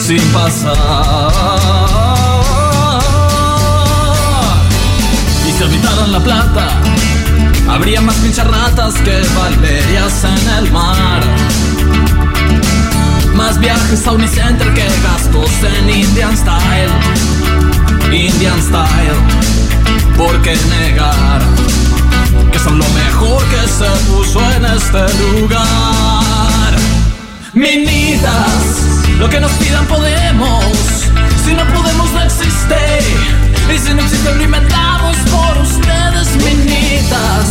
Sin pasar. Y si habitaran La Plata, habría más pincharratas que valerias en el mar. Más viajes a Unicenter que gastos en Indian Style. Indian Style, ¿por qué negar? Que son lo mejor que se puso en este lugar. Minitas, lo que nos pidan podemos. Si no podemos, no existe. Y si no existe, lo inventamos por ustedes, minitas.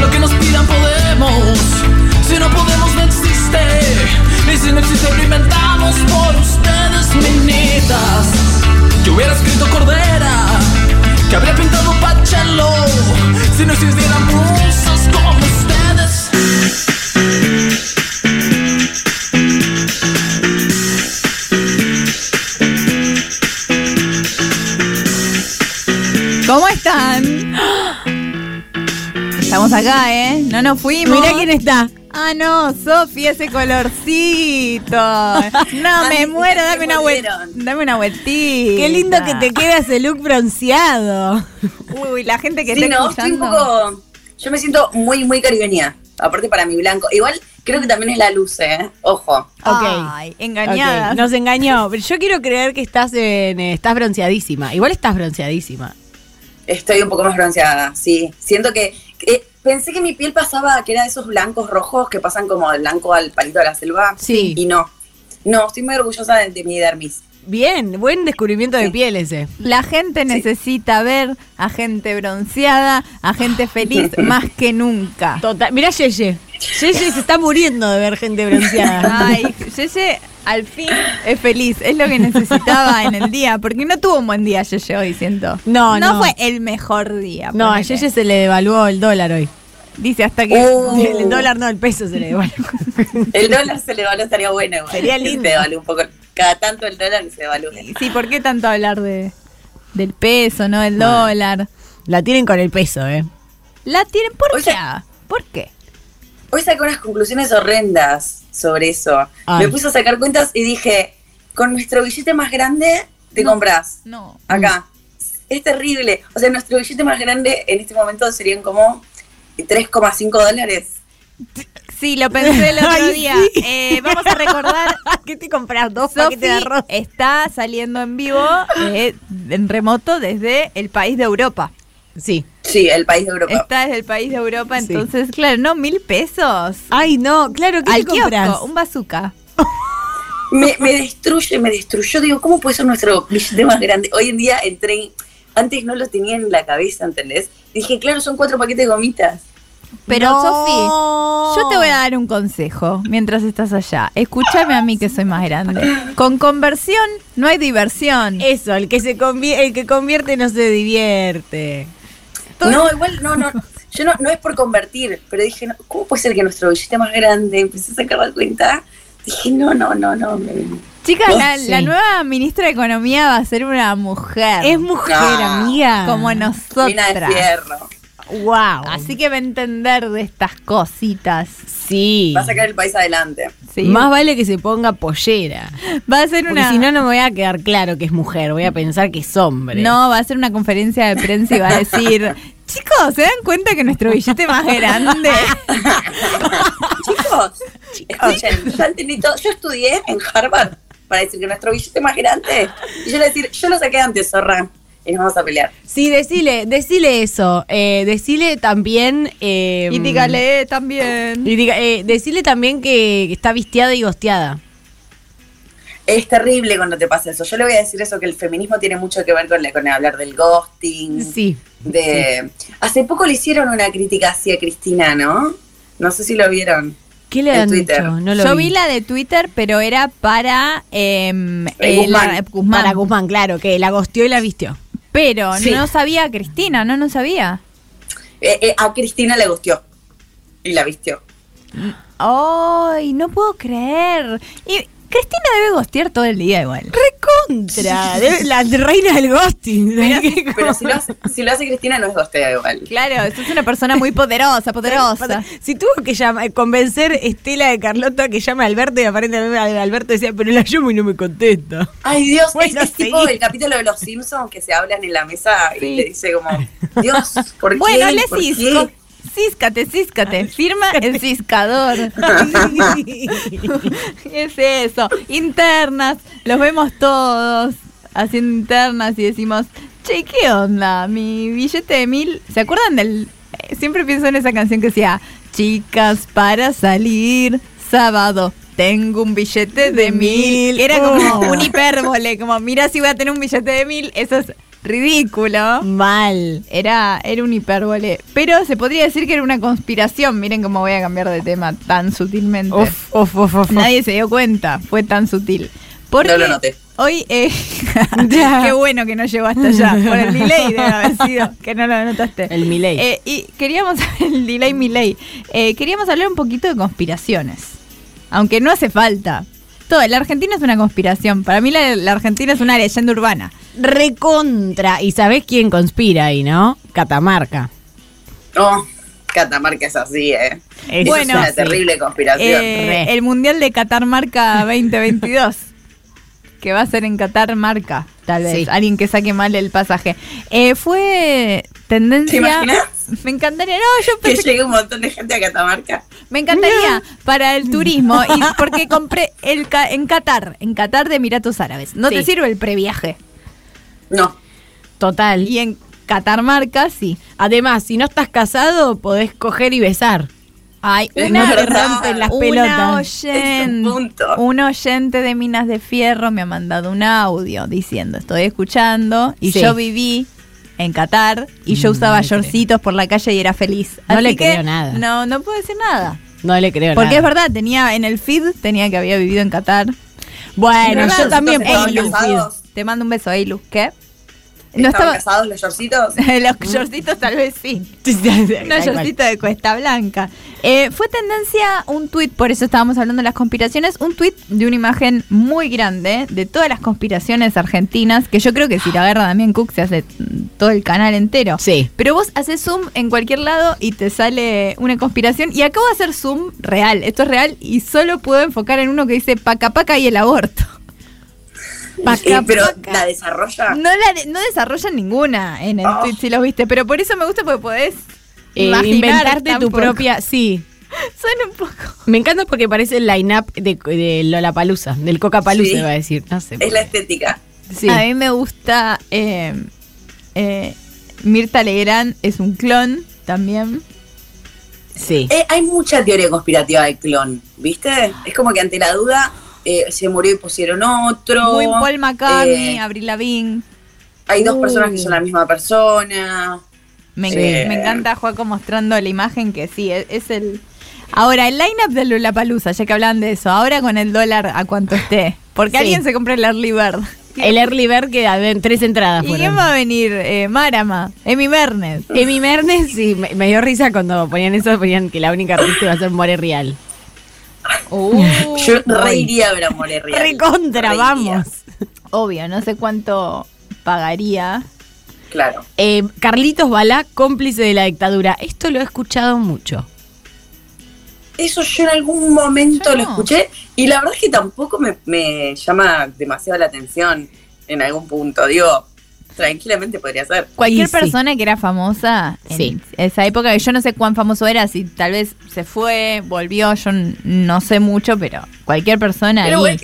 Lo que nos pidan podemos. Si no podemos, no existe. Y si no existe, lo inventamos por ustedes, minitas. Que hubiera escrito Cordera, que habría pintado Pachelo. Si no existieran musas como ustedes. ¿Cómo están? Estamos acá, ¿eh? No nos fuimos. Mirá quién está. Ah, no, Sofi, ese colorcito. No, me Ay, muero, dame me una, vuel- volvieron. dame una vueltita. Qué lindo que te queda ese look bronceado. Uy, la gente que Sí, está no, estoy un escuchando. poco. Yo me siento muy, muy caribeña. Aparte para mi blanco. Igual creo que también es la luz, ¿eh? Ojo. Ay, engañadas. Ok, Nos engañó. Pero yo quiero creer que estás en, eh, estás bronceadísima. Igual estás bronceadísima. Estoy un poco más bronceada, sí. Siento que. eh, pensé que mi piel pasaba, que era de esos blancos rojos que pasan como del blanco al palito de la selva. Sí. Y no. No, estoy muy orgullosa de, de mi dermis. Bien, buen descubrimiento de Sí. piel ese. La gente necesita ver a gente bronceada, a gente feliz más que nunca. Total. Mirá Yeye. Yeye se está muriendo de ver gente bronceada. Ay, Yeye al fin es feliz, es lo que necesitaba en el día, porque no tuvo un buen día Yeye hoy, siento. No, no. fue el mejor día. No, a ponele. Yeye se le devaluó el dólar hoy. Dice hasta que... Uh. El dólar no, el peso se le devaluó. El dólar se le devaluó, estaría bueno igual. Sería Que lindo. Se devaluó un poco. Cada tanto el dólar que se devalúe. Sí, ¿por qué tanto hablar de del peso, no del Bueno. dólar? La tienen con el peso, ¿eh? La tienen, ¿por Oye. qué? ¿Por qué? Hoy saqué unas conclusiones horrendas sobre eso. Ay. Me puse a sacar cuentas y dije, con nuestro billete más grande te compras. No. Mm. Acá. Es terrible. O sea, nuestro billete más grande en este momento serían como 3,5 dólares. Sí, lo pensé el otro Ay, día. sí. Eh, vamos a recordar ¿Qué te compras? ¿Dos Sofi paquetes de arroz? está saliendo en vivo eh, en remoto desde el país de Europa. Sí. Sí, el país de Europa. Está desde el país de Europa, Sí. entonces, claro, no, mil pesos. Ay, no, claro, ¿qué Al te compras? kiosco, un bazooka. me, me destruye, me destruyó. Digo, ¿cómo puede ser nuestro billete más grande? Hoy en día entré, antes no lo tenía en la cabeza, ¿entendés? Dije, claro, son cuatro paquetes de gomitas. Pero, Sofi, No. yo te voy a dar un consejo mientras estás allá. Escúchame a mí que soy más grande. Con conversión no hay diversión. Eso, el que se convi- el que convierte no se divierte. No, igual, no, no. Yo no, no es por convertir, pero dije, no, ¿cómo puede ser que nuestro billete más grande? Empecé a sacar la cuenta. Dije, no, no, no, no. me- Chicas, la, Sí. la nueva ministra de Economía va a ser una mujer. Es mujer, No. amiga. como Mina de nosotras. fierro. Wow. Así que va a entender de estas cositas. sí. Va a sacar el país adelante. Sí. Más vale que se ponga pollera. va a ser Porque una. si no, no me voy a quedar claro que es mujer. Voy a pensar que es hombre. No, va a hacer una conferencia de prensa y va a decir, chicos, ¿se dan cuenta que nuestro billete más grande? Chicos, escuchen, yo, entendí todo. yo estudié en Harvard para decir que nuestro billete más grande. Y yo le decir, yo lo saqué antes, zorra. Y nos vamos a pelear. Sí, decile, decile eso. Eh, decile también. eh, y dígale también. y diga- eh, decile también que está visteada y gosteada. Es terrible cuando te pasa eso. Yo le voy a decir eso, que el feminismo tiene mucho que ver con, la- con hablar del ghosting. Sí. De... Hace poco le hicieron una crítica así a Cristina, ¿no? No sé si lo vieron. ¿Qué le En han Twitter. dicho? No lo Yo vi la de Twitter, pero era para em, el- Guzmán. Guzmán. Para Guzmán, claro, que la gosteó y la vistió. Pero Sí. no sabía Cristina, no, no sabía. Eh, eh, a Cristina le gustió y la vistió. ¡Ay, no puedo creer! Y Cristina debe gostear todo el día igual. Recontra, de- la reina del ghosting. Pero si lo hace, si lo hace Cristina no es gostea igual. Claro, es una persona muy poderosa, poderosa. Si tuvo que llamar, convencer Estela de Carlota a que llame a Alberto y aparentemente Alberto decía, pero la llamo y no me contesta. Ay, Dios, Bueno, es, es tipo seguí. el capítulo de los Simpsons que se hablan en la mesa y le dice como, Dios, ¿por qué? Bueno, le ¿Por cisco. qué? Ah, Císcate, císcate. Firma el ciscador. es eso. Internas, los vemos todos haciendo internas y decimos, che, ¿qué onda? Mi billete de mil. ¿Se acuerdan del.? eh, Siempre pienso en esa canción que decía, chicas, para salir sábado. Tengo un billete de De mil. mil. Era como Oh. un hipérbole, como mira si voy a tener un billete de mil. Eso es ridículo. Mal. Era, era un hipérbole. Pero se podría decir que era una conspiración. Miren cómo voy a cambiar de tema tan sutilmente. Of, of, of, of. Nadie se dio cuenta. Fue tan sutil. Porque No lo noté. Hoy, eh, qué bueno que no llegó hasta allá. Por el delay debe haber sido, que no lo notaste. El Milei. Eh, y queríamos, el delay Miley. queríamos hablar un poquito de conspiraciones. Aunque no hace falta. Todo, la Argentina es una conspiración. Para mí la- la Argentina es una leyenda urbana. Recontra. Y sabés quién conspira ahí, ¿no? Catamarca. Oh, Catamarca es así, ¿eh? Eso Bueno, es una sí. terrible conspiración. Eh, Re. el Mundial de Qatar marca 2022. que va a ser en Qatar marca, tal vez. Sí. Alguien que saque mal el pasaje. Eh, fue tendencia. ¿Te imaginas? Me encantaría. No, yo que pensé que- llegue un montón de gente a Catamarca. me encantaría para el turismo. Y porque compré el ca- en Qatar, en Qatar de Emiratos Árabes. No te Sí. sirve el previaje. No. Total. Y en Qatar marca, sí. Además, si no estás casado, podés coger y besar. Hay Es una verdad. que rompen las Una Es pelotas. un oyente, punto. un oyente de Minas de Fierro me ha mandado un audio diciendo, estoy escuchando y Sí. yo viví en Qatar y yo Mm, usaba no le creo. shortcitos por la calle y era feliz. No le Así que creo nada. No, no puedo decir nada. No le creo. Porque nada. es verdad, tenía en el feed, tenía que había vivido en Qatar. Bueno, Es verdad, yo también nosotros puedo estábamos lucir. casados. Te mando un beso, Eilu. ¿Qué? No ¿Estaban estaba... casados los yorcitos? Los shortcitos tal vez sí. Una Tal cual. yorcita de Cuesta Blanca. Eh, fue tendencia un tuit, por eso estábamos hablando de las conspiraciones, un tuit de una imagen muy grande de todas las conspiraciones argentinas, que yo creo que si la agarra Damián Cook se hace mm, todo el canal entero. Sí. Pero vos haces zoom en cualquier lado y te sale una conspiración. Y acabo de hacer zoom real, esto es real, y solo puedo enfocar en uno que dice paca paca y el aborto. Eh, pero la desarrolla. No, la de- no desarrollan ninguna en el Ah. tuit si lo viste, pero por eso me gusta porque podés Eh, imaginar inventarte tu tampoco. propia. Sí. Suena un poco. Me encanta porque parece el line-up de, de Lollapalooza, del Coca Palusa, Sí. iba a decir. No sé. Es la estética. Sí. A mí me gusta. eh, eh, Mirta Legrand es un clon también. sí. Eh, hay mucha teoría conspirativa del clon, ¿viste? Es como que ante la duda eh, se murió y pusieron otro. Muy Paul McCartney, Eh, Avril Lavigne. hay dos Uh. personas que son la misma persona. Me, Sí. me encanta Juaco mostrando la imagen que sí, es, es el. Ahora, el lineup de Lollapalooza, ya que hablan de eso, ahora con el dólar a cuánto esté. Porque Sí. alguien se compra el Early Bird. El Early Bird que había en tres entradas. ¿Y fueron. quién va a venir? Eh, Marama, Emi Mernes. Emi Mernes, sí, me, me dio risa cuando ponían eso, ponían que la única risa iba a ser More Real. Yo reiría a ver a More Real. Recontra, Reiría, vamos. Obvio, no sé cuánto pagaría. Claro. Eh, Carlitos Balá, cómplice de la dictadura. Esto lo he escuchado mucho. Eso yo en algún momento Yo lo no. escuché y la verdad es que tampoco me, me llama demasiado la atención en algún punto. Digo, tranquilamente podría ser. Cualquier Y sí. persona que era famosa en Sí. esa época, que yo no sé cuán famoso era, si tal vez se fue, volvió, yo n- no sé mucho, pero cualquier persona Pero, ahí. bueno,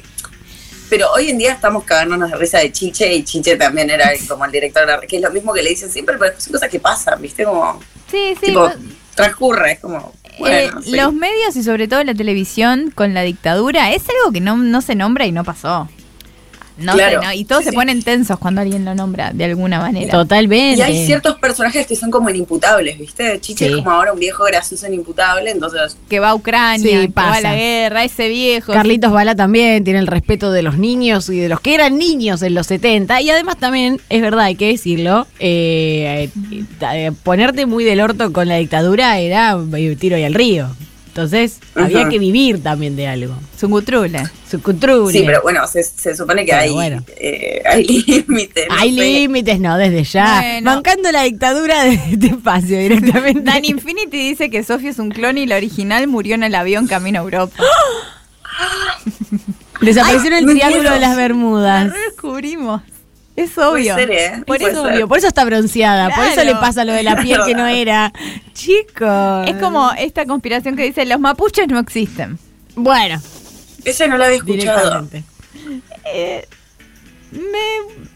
pero hoy en día estamos cagándonos de risa de Chiche y Chiche también era el- como el director de la que es lo mismo que le dicen siempre, pero son cosas que pasan, ¿viste? Como, sí, sí. tipo, no- transcurre, es como, bueno, eh, sí. Los medios y sobre todo la televisión con la dictadura es algo que no, no se nombra y no pasó. No Claro. sé, ¿no? Y todos Sí, se sí. ponen tensos cuando alguien lo nombra, de alguna manera. Y Totalmente. hay ciertos personajes que son como inimputables, ¿viste? Chiche Sí. es como ahora un viejo gracioso e inimputable, entonces. Que va a Ucrania, Sí, que va a pasa. la guerra, ese viejo. Carlitos Bala también tiene el respeto de los niños y de los que eran niños en los 70. Y además también, es verdad, hay que decirlo, eh, eh, ta- eh, ponerte muy del orto con la dictadura era eh, tiro y al río. Entonces, Ajá. había que vivir también de algo. Zungutrula. Su cultura. Sí, pero bueno, se, se supone que Pero hay, bueno. eh, hay límites. no Hay sé. límites, no, desde ya. Bueno. Bancando la dictadura de este espacio directamente. Dan Infinity dice que Sofía es un clon y la original murió en el avión camino a Europa. Desapareció en el me Triángulo quiero. de las Bermudas. Lo descubrimos. Es Puede obvio. ser, ¿eh? Por Puede eso, ser. obvio, por eso está bronceada, por eso Claro. le pasa lo de la piel que no era. Chicos. Es como esta conspiración que dice los mapuches no existen. Bueno, Esa no la había escuchado. directamente. Eh, me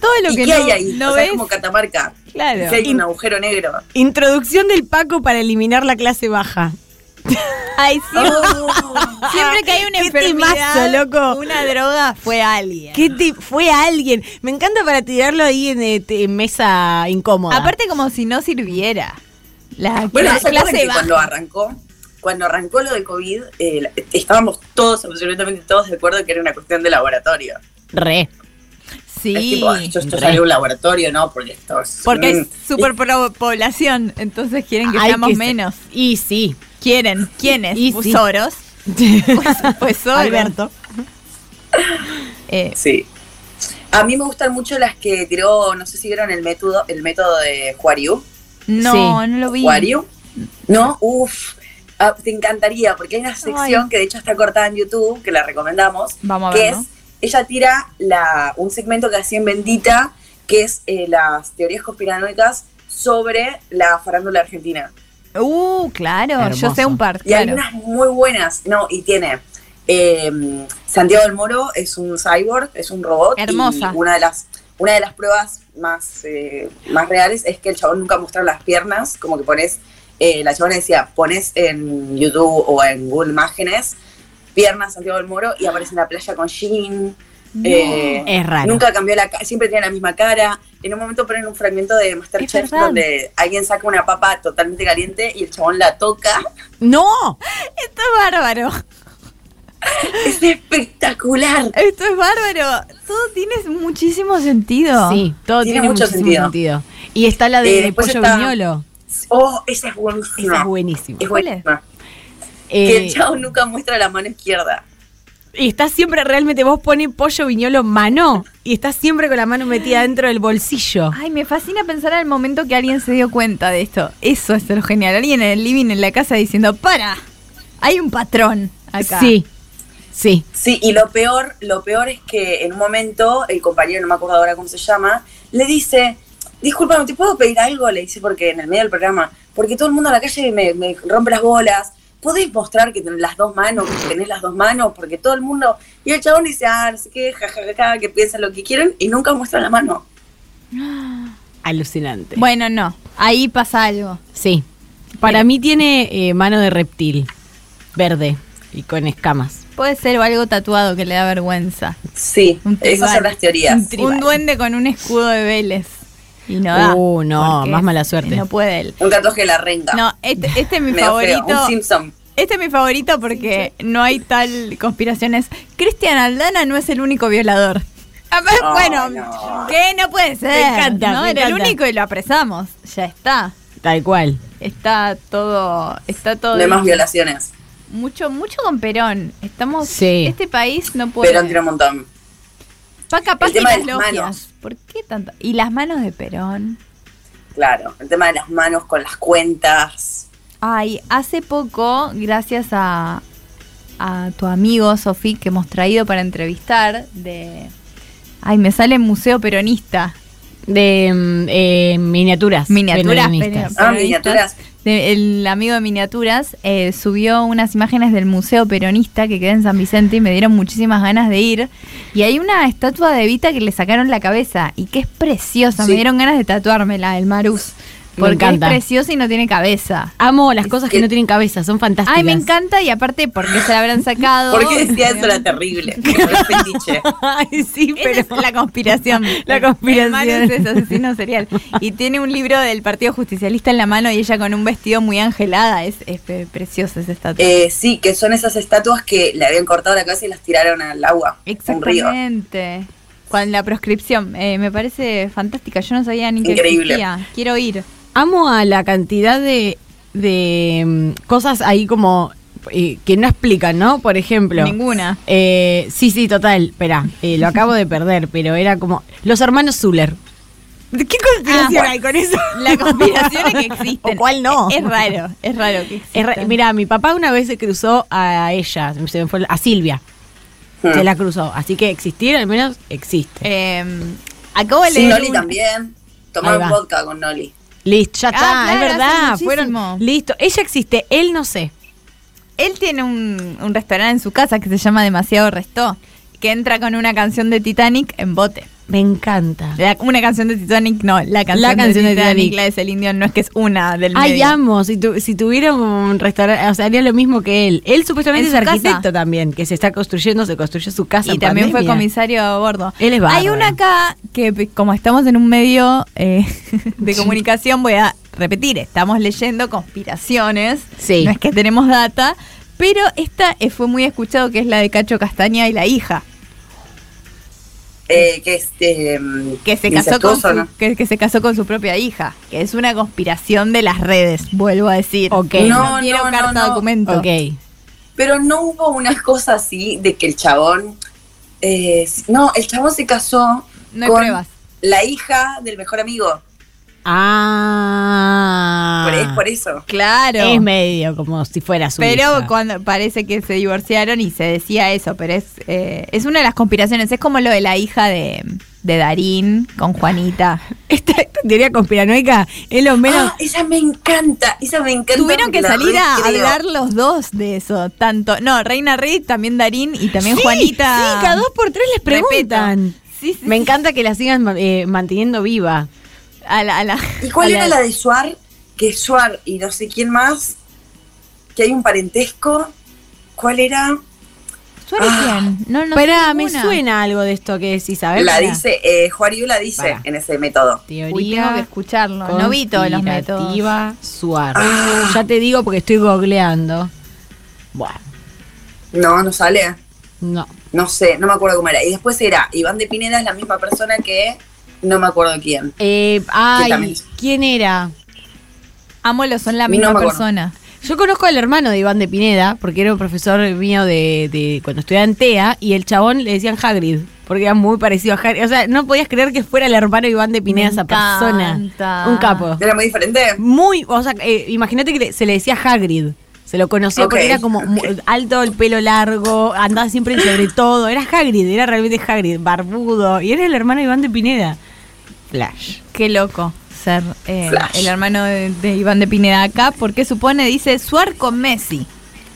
todo lo ¿Y que qué no, hay ahí? no o sea, ves, como Catamarca. claro. Si hay In- un agujero negro. Introducción del Paco para eliminar la clase baja. Ay, sí. Oh. Siempre que hay una Qué enfermedad, temazo, loco. una droga fue alguien. ¿Qué te fue alguien? Me encanta para tirarlo ahí en, eh, te- en mesa incómoda. Aparte como si no sirviera. La Bueno, la ¿se acuerdan clase que baja. cuando arrancó, cuando arrancó lo de COVID, eh, la- estábamos todos, absolutamente todos de acuerdo que era una cuestión de laboratorio. re. Es Sí. tipo, ah, esto, esto re. salió de un laboratorio, ¿no? Porque esto es- Porque mm. es superpoblación, entonces quieren que Hay seamos que ser- menos. Y sí. Quieren, ¿quiénes? Y sí. Soros. Pues, pues Soros. Alberto. Eh, Sí. A mí me gustan mucho las que tiró, no sé si vieron el método, el método de Juariu. no, Sí. no lo vi. Juariu. ¿No? Uf. Ah, te encantaría, porque hay una sección que de hecho está cortada en YouTube, que la recomendamos, Vamos a que ver, es, ¿no? ella tira la, un segmento que hacía en Bendita, que es eh, las teorías conspiranoicas sobre la farándula argentina. Uh, claro, yo Hermoso. sé un par. Y hay Claro. unas muy buenas, no, y tiene eh, Santiago del Moro es un cyborg, es un robot. y Hermosa. una de las una de las pruebas más, eh, más reales es que el chabón nunca mostró las piernas, como que pones, eh, la chabona decía, pones en YouTube o en Google Imágenes piernas Santiago del Moro y aparece en la playa con jean. eh, Es raro. Nunca cambió la cara, siempre tiene la misma cara. En un momento ponen un fragmento de Masterchef verdad. donde alguien saca una papa totalmente caliente y el chabón la toca. No. Esto es bárbaro. Es espectacular. Esto es bárbaro. Todo tiene muchísimo sentido. Sí, todo tiene, Tiene mucho muchísimo sentido. sentido. Y está la Eh, de después Pollo está- Viñolo. Oh, esa es Esa buenísima. es buenísima. Es ¿Cuál es? buenísima. Eh, Que el chavo nunca muestra la mano izquierda. Y está siempre realmente, vos pones pollo viñolo mano y está siempre con la mano metida dentro del bolsillo. Ay, me fascina pensar al momento que alguien se dio cuenta de esto. Eso es lo genial. Alguien en el living, en la casa, diciendo, para, hay un patrón acá. Sí, sí. Sí, y lo peor, lo peor es que en un momento el compañero, no me acuerdo ahora cómo se llama, le dice, discúlpame, ¿te puedo pedir algo? Le dice porque en el medio del programa, porque todo el mundo en la calle me, me rompe las bolas. ¿Podés mostrar que tenés las dos manos, que tenés las dos manos? Porque todo el mundo... Y el chabón dice, ah, no sé qué, jajaja, que piensan lo que quieren y nunca muestran la mano. Alucinante. Bueno, no. Ahí pasa algo. sí. Para mí tiene eh, mano de reptil, verde y con escamas. Puede ser algo tatuado que le da vergüenza. Sí, Un esas tribal. son las teorías. Un tribal. Un duende con un escudo de Vélez. Y no da. Uh, no, porque más mala suerte. No puede él. Un tatuaje de la renga. No, este, este es mi Medio feo, favorito. un Simpson. Este es mi favorito porque no hay tal conspiraciones. Cristian Aldana no es el único violador. Ah, pues, Oh, bueno, no. que no puede ser. encanta, no, me era el encanta. único y lo apresamos. Ya está. Tal cual. Está todo. Está todo. No hay más dicho. violaciones. mucho, mucho con Perón. Estamos. Sí. Este país no puede. Pero tiene un montón. Pa' capaz El tema que de las las logias. manos. ¿Por qué tanto? Y las manos de Perón. Claro, el tema de las manos con las cuentas. Ay, hace poco, gracias a, a tu amigo Sofí, que hemos traído para entrevistar, de. Ay, me sale Museo Peronista. De mm, eh, miniaturas. Miniaturas. peronistas. pero- Ah, miniaturas. de- el amigo de miniaturas eh, subió unas imágenes del Museo Peronista que queda en San Vicente y me dieron muchísimas ganas de ir. Y hay una estatua de Evita que le sacaron la cabeza y que es preciosa. Sí. Me dieron ganas de tatuármela, el Marus. Me Porque es encanta. preciosa y no tiene cabeza. Amo las cosas que no tienen cabeza, son fantásticas. Ay, me encanta y aparte porque se la habrán sacado. ¿Por qué decía eso era terrible? Como el fetiche. Ay, sí, Esa pero es la conspiración. La conspiración. El malo es ese asesino serial. Y tiene un libro del Partido Justicialista en la mano y ella con un vestido muy angelada. Es, es pre- preciosa esa estatua. Eh, sí, que son esas estatuas que le habían cortado la cabeza y las tiraron al agua. a Un río. Exactamente. Con la proscripción. Eh, me parece fantástica. Yo no sabía ni que Increíble. existía. Quiero ir. Amo a la cantidad de, de mm, cosas ahí como eh, que no explican, ¿no? Por ejemplo. Ninguna. Eh, sí, sí, total. Espera, eh, lo acabo de perder, pero era como. Los hermanos Zuller. ¿Qué conspiración hay con eso? Ah, La conspiración es que existen. ¿O cuál no? Es, es raro. Es raro que existan. Mira, mi papá una vez se cruzó a ella, se me fue la- a Silvia. Hmm. Se la cruzó. Así que existir al menos existe. Eh, acabo de Sí, leer. Noli un- también. Ahí Tomaron va. vodka con Noli. Listo, ya Ah, está, claro, es verdad. hace muchísimo. Fueron, listo. Ella existe, él no sé. Él tiene un, un restaurante en su casa que se llama Demasiado Restó, que entra con una canción de Titanic en bote. Me encanta. La- una canción de Titanic, no, la canción, La canción de, de Titanic, Titanic. la de Celine Dion, no es que es una del Ay, medio. amo, si, tu- si tuviera un restaurante, o sea, haría lo mismo que él. Él supuestamente ¿En es su casa? arquitecto también, que se está construyendo, se construyó su casa. Y en también fue pandemia. comisario a bordo. Él es Hay bárbaro. una acá que, p- como estamos en un medio eh, de comunicación, voy a repetir: estamos leyendo conspiraciones. Sí. No es que tenemos data, pero esta eh, fue muy escuchado, que es la de Cacho Castaña y la hija. Eh, que este. mm, que se casó con incestuoso, su, ¿no? que, que se casó con su propia hija, que es una conspiración de las redes, vuelvo a decir. Ok. No, No, quiero no, no, carta no. documento. Ok. Pero no hubo una cosa así de que el chabón. eh, no, el chabón se casó No hay con pruebas. la hija del mejor amigo. Ah. Por, es por eso. Claro. Es medio como si fuera su pero hija. cuando parece que se divorciaron y se decía eso, pero es eh, es una de las conspiraciones, es como lo de la hija de, de Darín con Juanita. Esta, esta teoría conspiranoica es lo menos... Ah, esa me encanta, esa me encanta. Tuvieron porque que la salir a recreo. hablar los dos de eso, tanto, no, Reina Rey, también Darín y también Sí, Juanita. Sí, cada dos por tres les Repeta. preguntan. Sí, sí, Me sí. encanta que la sigan ma- eh, manteniendo viva. A la- a la- ¿Y cuál a era la de Suar? Que Suar y no sé quién más, que hay un parentesco. ¿Cuál era? Ah. ¿Suena quién? No, no sé Espera, me ninguna. suena algo de esto que decís, ¿sabes? la Pará. dice, eh, Juariu la dice Para. en ese método. Teoría. Uy, tengo que escucharlo. No vi todos los métodos. Conspirativa Suar. Ah. Ya te digo porque estoy googleando. Bueno, No, no sale. no. No sé, no me acuerdo cómo era. Y después era Iván de Pineda, es la misma persona que no me acuerdo quién. Eh, Que también- ay, ¿quién era? Ámolo, son la No misma me acuerdo. persona. Yo conozco al hermano de Iván de Pineda, porque era un profesor mío de, de- cuando estudiaba en TEA, y el chabón le decían Hagrid, porque era muy parecido a Hagrid. O sea, no podías creer que fuera el hermano de Iván de Pineda Me esa encanta. persona. Un capo. ¿Era muy diferente? Muy, o sea, eh, imagínate que le- se le decía Hagrid. Se lo conocía Ok, porque era como mu- ok. alto, el pelo largo, andaba siempre en sobre todo. Era Hagrid, era realmente Hagrid, barbudo. Y era el hermano de Iván de Pineda. Flash. Qué loco ser eh, Flash. el hermano de, de Iván de Pineda acá, porque supone, dice, Suar con Messi,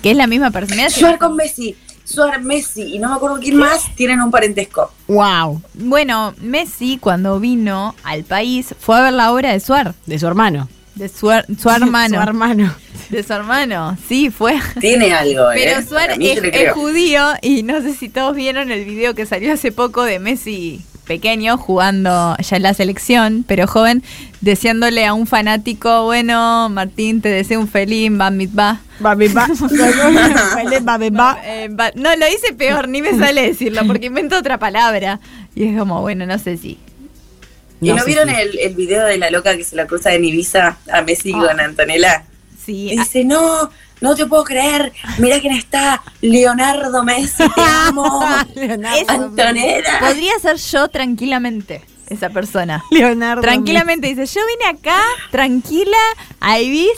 que es la misma persona. Mirá si- Suar con Messi, Suar Messi y no me acuerdo quién más tienen un parentesco. Wow. Bueno, Messi cuando vino al país fue a ver la obra de Suar, De su hermano. de Suar, su hermano, Su hermano. de su hermano. Sí, fue. Tiene algo, ¿eh? Pero Suar Para mí es, yo le es creo. judío y no sé si todos vieron el video que salió hace poco de Messi pequeño jugando ya en la selección, pero joven, deseándole a un fanático, bueno, Martín, te deseo un feliz bat mitzvah. Babeba. Babeba. Eh, bat- no, lo hice peor, ni me sale decirlo, porque invento otra palabra. Y es como, bueno, no sé si. ¿Y no, sé vieron si- el, el video de la loca que se la cruza en Ibiza a Messi Ah. con Antonella? Sí, ah. Y dice, no, no te puedo creer, mira quién está, Leonardo Messi, te amo, Leonardo. Antonella. podría ser yo tranquilamente esa persona. Leonardo. Tranquilamente dice, yo vine acá, tranquila, a Ibiza,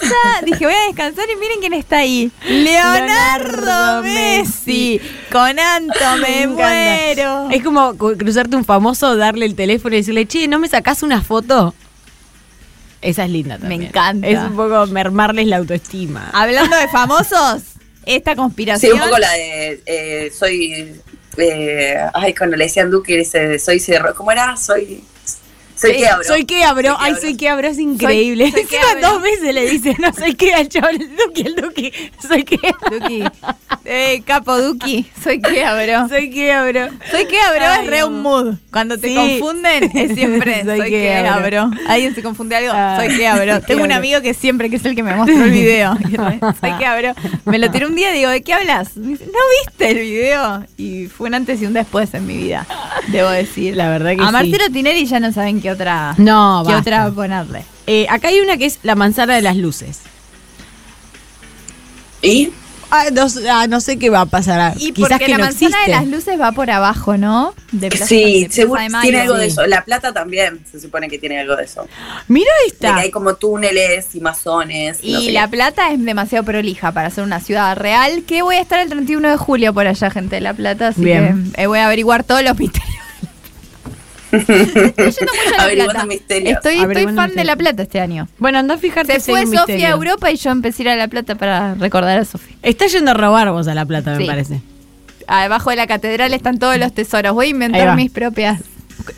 dije voy a descansar y miren quién está ahí. Leonardo, Leonardo Messi. Con Anto me encanta. muero. Es como cu- cruzarte un famoso, darle el teléfono y decirle, che, ¿no me sacás una foto? Esa es linda también. Me encanta. Ah, Es un poco mermarles la autoestima. Hablando de famosos, esta Sí, conspiración. un poco la de, eh, soy, eh, ay, cuando le decían Duque, dice, soy cerro, ¿cómo era? Soy Soy Eh, queabro. Soy queabro. Soy Ay, queabro. soy queabro, es increíble. soy Encima queabro. dos veces le dice, no soy queabro, al chaval, el duque, el duque. Soy queabro. Duki. Eh, capo Duki. Soy queabro. Soy queabro. Soy queabro Ay, es re no. un mood. Cuando te Sí. confunden es siempre soy, Soy queabro. queabro. Alguien se confunde algo, Ah, soy queabro. soy Tengo un queabro. amigo que siempre, que es el que me mostró el video. y re, soy queabro. Me lo tiró un día y digo, ¿de qué hablas? Me dice, ¿no viste el video? Y fue un antes y un después en mi vida, debo decir. La verdad que A sí. Marcelo Tinelli ya no saben qué otra, No, qué basta. otra ponerle. Eh, acá hay una que es la manzana de las luces. ¿Y? Ah, no, s- ah, no sé qué va a pasar. ah, Y Quizás porque que la no manzana existe. de las luces va por abajo, ¿no? De Plaza- de Sí, Plaza seguro de Mayo. tiene algo de sí. eso. La plata también se supone que tiene algo de eso. Mira De que esta. hay como túneles y masones. no Y sé La qué. Plata es demasiado prolija para ser una ciudad real. Que voy a estar el 31 de julio por allá, gente de La Plata. Así Bien. que eh, voy a averiguar todos los misterios. Estoy yendo mucho a La Averiguando Plata. misterios. Estoy, Averiguando estoy fan misterios. de La Plata este año. Bueno, anda a fijarte Se si hay fue un Sofía a misterio. Europa y yo empecé a ir a La Plata para recordar a Sofía. Está yendo a robar vos a La Plata, Sí. me parece. Abajo de la catedral están todos los tesoros. Voy a Ahí inventar va. mis propias.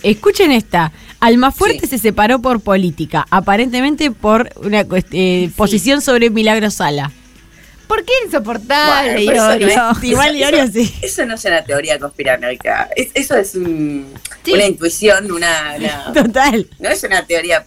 Escuchen esta. Almafuerte Sí. se separó por política, aparentemente por una cuest- eh, posición sobre Milagro Sala. ¿Por qué insoportable, Bueno, pero Iorio? eso no es- Igual eso- Iorio eso- sí. Eso no es una teoría conspiranoica. Es- eso es un- Sí. una intuición, una, una- Total. No es una teoría.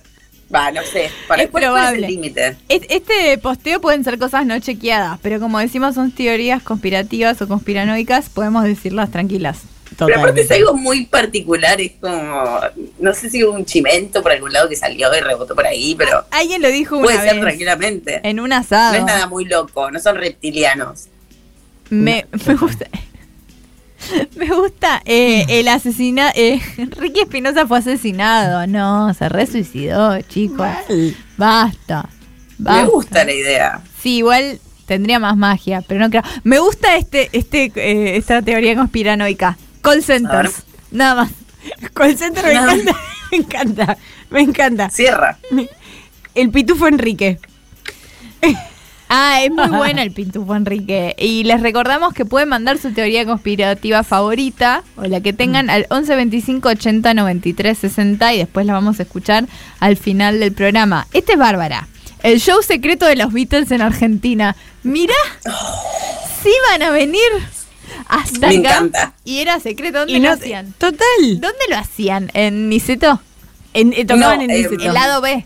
Va, no sé. Para, Es ¿cuál- cuál es el probable. límite? Es- Este posteo pueden ser cosas no chequeadas, pero como decimos son teorías conspirativas o conspiranoicas, podemos decirlas tranquilas. Pero aparte es Total. algo muy particular, es como, no sé si hubo un chimento por algún lado que salió y rebotó por ahí, pero Alguien lo dijo una puede ser vez tranquilamente. en un No asado. es nada muy loco, no son reptilianos. me, me gusta. Me gusta eh, Mm. el asesinato. Ricky Espinosa fue asesinado. No, se resuicidó, chicos. Basta. Basta. Me gusta la idea. Sí, igual tendría más magia, pero no creo. Me gusta este, este, eh, esta teoría conspiranoica. Call centers. Nada más. Call center me No. encanta. Me encanta. Me encanta. Cierra. El pitufo Enrique. Ah, es muy bueno el Pintufo Enrique. Y les recordamos que pueden mandar su teoría conspirativa favorita o la que tengan al 11 25 80 93 60 y después la vamos a escuchar al final del programa. Este es Bárbara. El show secreto de los Beatles en Argentina. Mirá, sí van a venir hasta Me acá. encanta. Y era secreto. ¿Dónde Y lo no- hacían? Total. ¿Dónde lo hacían? ¿En Niceto? En, eh, tocaban No, en eh, Niceto. El lado B.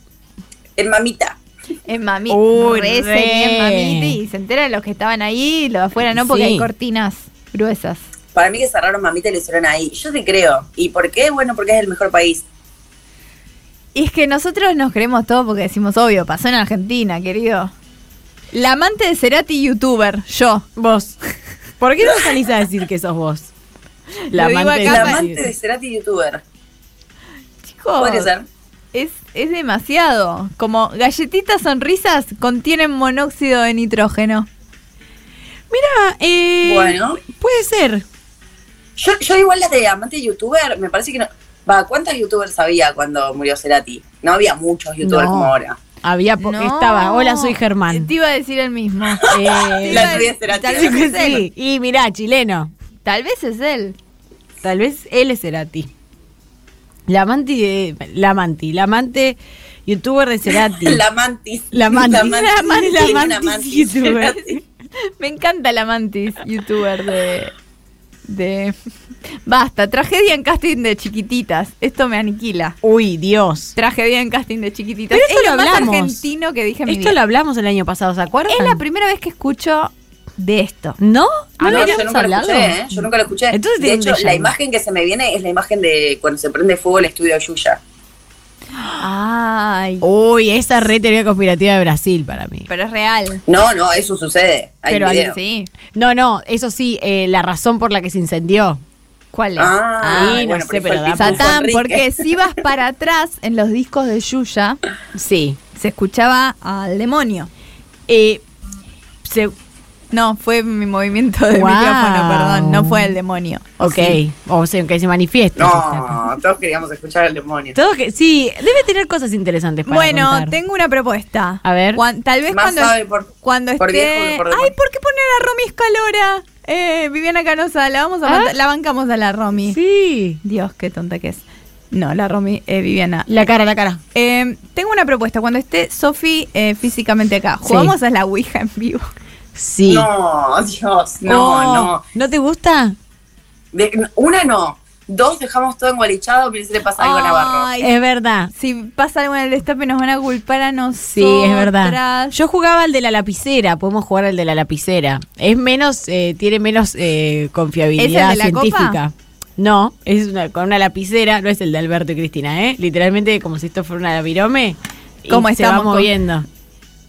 En mamita. En mami, Uy, re re. sería en mamita y se enteran los que estaban ahí y los de afuera no, porque Sí. hay cortinas gruesas. Para mí que cerraron mamita y lo hicieron ahí. Yo te creo. ¿Y por qué? Bueno, porque es el mejor país. Y es que nosotros nos creemos todo porque decimos, obvio, pasó en Argentina, querido. La amante de Cerati, youtuber, yo. Vos. ¿Por qué no salís a decir que sos vos? Lo digo acá La para- amante de Cerati youtuber. Chicos, Podría ser. es, es demasiado. Como galletitas sonrisas contienen monóxido de nitrógeno. Mira, eh, Bueno. Puede ser. Yo, yo igual las de amante de youtuber, me parece que no. Va, ¿cuántas youtubers había cuando murió Cerati? No había muchos youtubers No. como ahora. Había porque No. estaba. Hola, soy Germán. Te iba a decir el mismo. Eh, La teoría de Cerati. tal Sí, vez es él. sí. Y mirá, chileno. Tal vez es él. Tal vez él es Cerati. La amante de. La amante. La amante youtuber de Cerati. La mantis. La mantis. La La mantis. mantis. La Tiene una mantis mantis youtuber. Cerati. Me encanta la mantis, youtuber de. de. Basta, tragedia en casting de chiquititas. Esto me aniquila. Uy, Dios. Tragedia en casting de chiquititas. Pero esto es lo más hablamos. argentino que dije en mi Esto vida. lo hablamos el año pasado, ¿se acuerdan? Es la primera vez que escucho de esto. ¿No? Ah, ¿No no, lo yo habíamos nunca lo hablado? escuché, ¿eh? Yo nunca lo escuché. Entonces de tiene un hecho, déjà la vu. imagen que se me viene es la imagen de cuando se prende fuego el estudio de Yuya. Ay. Uy, esa re teoría conspirativa de Brasil para mí. Pero es real. No, no, eso sucede. Hay Pero video. sí. No, no, eso sí, eh, la razón por la que se incendió. ¿Cuál es? Ah, Ay, bueno, pero no sé, pero fue el da Pitufo Satán, Enrique. porque si vas para atrás en los discos de Yuya, Sí. se escuchaba al demonio. Eh, se- No, fue mi movimiento de Guau. micrófono, perdón. No fue el demonio. ok, Sí. o sea, que se manifieste. Ah. No, Ah, todos queríamos escuchar al demonio. Todo que, sí, debe tener cosas interesantes para Bueno, contar. tengo una propuesta. A ver. Cuan- tal vez Más cuando, sabe por- cuando por esté. viejo que por Ay, demonio. ¿por qué poner a Romy Escalora? Eh, Viviana Canosa, la vamos a ¿Ah? mant- la bancamos a la Romy. Sí. Dios, qué tonta que es. No, la Romy, eh, Viviana. La cara, la cara. Eh, tengo una propuesta. Cuando esté Sofi eh, físicamente acá, Sí. jugamos a la Ouija en vivo. Sí. No, Dios, no, Oh, no. ¿No te gusta? De- una no. Dos, dejamos todo engualichado, pero si le pasa algo a Navarro. Ay, Es verdad. Si pasa algo en el destape, nos van a culpar a nosotros. Sí, es verdad. Yo jugaba al de la lapicera, podemos jugar al de la lapicera. Es menos, eh, tiene menos eh, confiabilidad ¿Es el de la científica. copa? No, es una, con una lapicera, no es el de Alberto y Cristina, ¿eh? Literalmente como si esto fuera una lapirome. Y ¿Cómo se va estamos con- moviendo.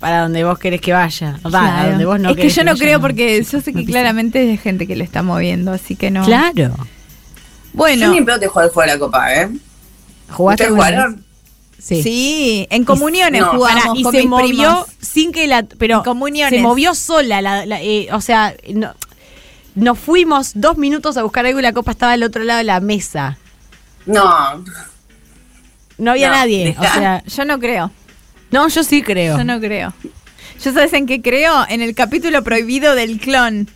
Para donde vos querés que vaya. O sea, a Claro. donde vos no es que querés yo no vaya, creo porque yo sé que lapicera. claramente es gente que le está moviendo, así que no. Claro. Bueno, Yo ni en pedo te juego el juego de la copa, ¿eh? ¿Jugaste ¿Ustedes alguna vez? jugaron? sí. Sí. en comuniones No, jugamos Pará, y con se mis movió primos. sin que la pero En comuniones. se movió sola la, la- eh, o sea no- nos fuimos dos minutos a buscar algo y la copa estaba al otro lado de la mesa No. no había No, nadie Ah, o dejá. sea Yo no creo. no yo sí creo Yo no creo. ¿Yo sabes en qué creo? En el capítulo prohibido del clon.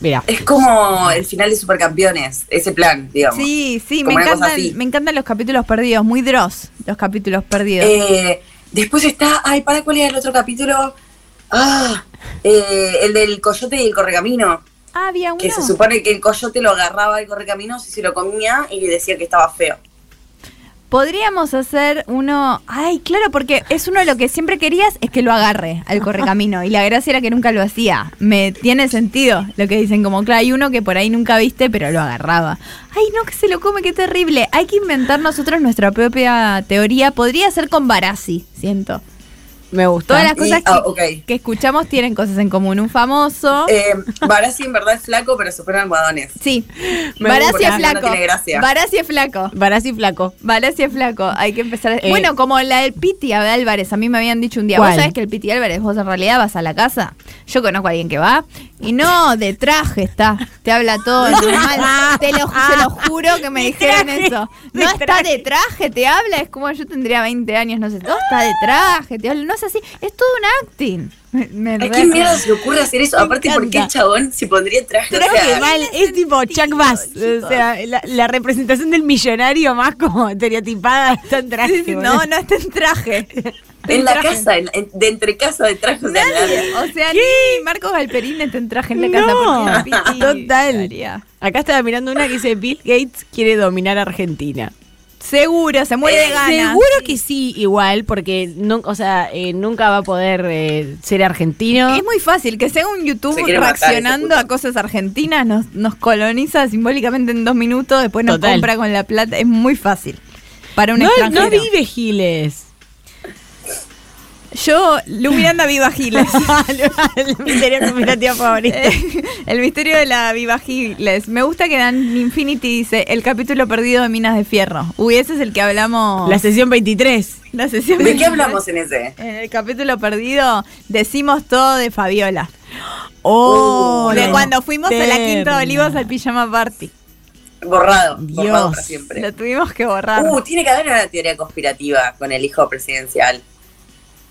mira Es como el final de Supercampeones, ese plan, digamos. Sí, sí, me Como una cosa encantan, así. me encantan los capítulos perdidos, muy Dross, los capítulos perdidos. Eh, después está, ay, ¿para cuál era el otro capítulo? Ah, eh, el del coyote y el correcamino. ah, había uno. Que se supone que el coyote lo agarraba el correcaminos y se lo comía y decía que estaba feo. Podríamos hacer uno. Ay, claro, porque es uno de lo que siempre querías es que lo agarre al correcamino. Y la gracia era que nunca lo hacía. Me tiene sentido lo que dicen, como claro, hay uno que por ahí nunca viste, pero lo agarraba. Ay, no, que se lo come, qué terrible. Hay que inventar nosotros nuestra propia teoría. Podría ser con Barassi, siento. me gustó Todas las Y- cosas que, ah, ok. que escuchamos tienen cosas en común. Un Ah. famoso. Eh, Barassi en verdad es flaco, pero supera almohadones. sí. me Barassi gusta. es No, no flaco. tiene gracia. Barassi es flaco. Barassi flaco Barassi es flaco, hay que empezar. a- Eh, bueno, como la del Piti Álvarez, a mí me habían dicho un día, ¿Cuál? vos sabés que el Piti Álvarez, vos en realidad vas a la casa. Yo conozco a alguien que va y no, de traje está, te habla todo normal. Te lo, se lo juro que me dijeron traje, eso. de No está traje. de traje, te habla, es como yo tendría 20 años, no sé, no está de traje, te habla, no es así, es todo un acting. Me, me ¿A re- quién mierda se le ocurre hacer eso? Me Aparte, ¿por qué encanta. el chabón se pondría traje? O Creo que sea, mal, es tipo Chuck Bass. chicos. O sea, la, la representación del millonario más como estereotipada está en traje, Sí, sí, boludo. No, no está en traje. en la casa, en- en- de entre casa de traje. o sea, la- O sea, ni Marcos Galperín está en traje en la casa No, porque el Piti total. haría. Acá estaba mirando una que dice Bill Gates quiere dominar Argentina. Seguro, se muere de Eh, ganas. Seguro que sí, igual, porque nu- o sea, eh, nunca va a poder eh, ser argentino. Es muy fácil, que sea un YouTube Se quiere matar ese reaccionando a cosas argentinas, nos, nos coloniza simbólicamente en dos minutos, después nos Total. compra con la plata. Es muy fácil para un no, extranjero. no vive Giles. Yo, Lu Miranda Viva Giles. El misterio conspirativo favorito. Eh, el misterio de la Viva Giles. Me gusta que Dan Infinity dice el capítulo perdido de Minas de Fierro. Uy, ese es el que hablamos La sesión 23. la sesión. ¿De qué hablamos en ese? En el capítulo perdido decimos todo de Fabiola. Oh, de la cuando fuimos a la Quinta interna. de Olivos al pijama party. Borrado, borrado Dios, para siempre. Lo tuvimos que borrar. Uh, tiene que haber una teoría conspirativa con el hijo presidencial.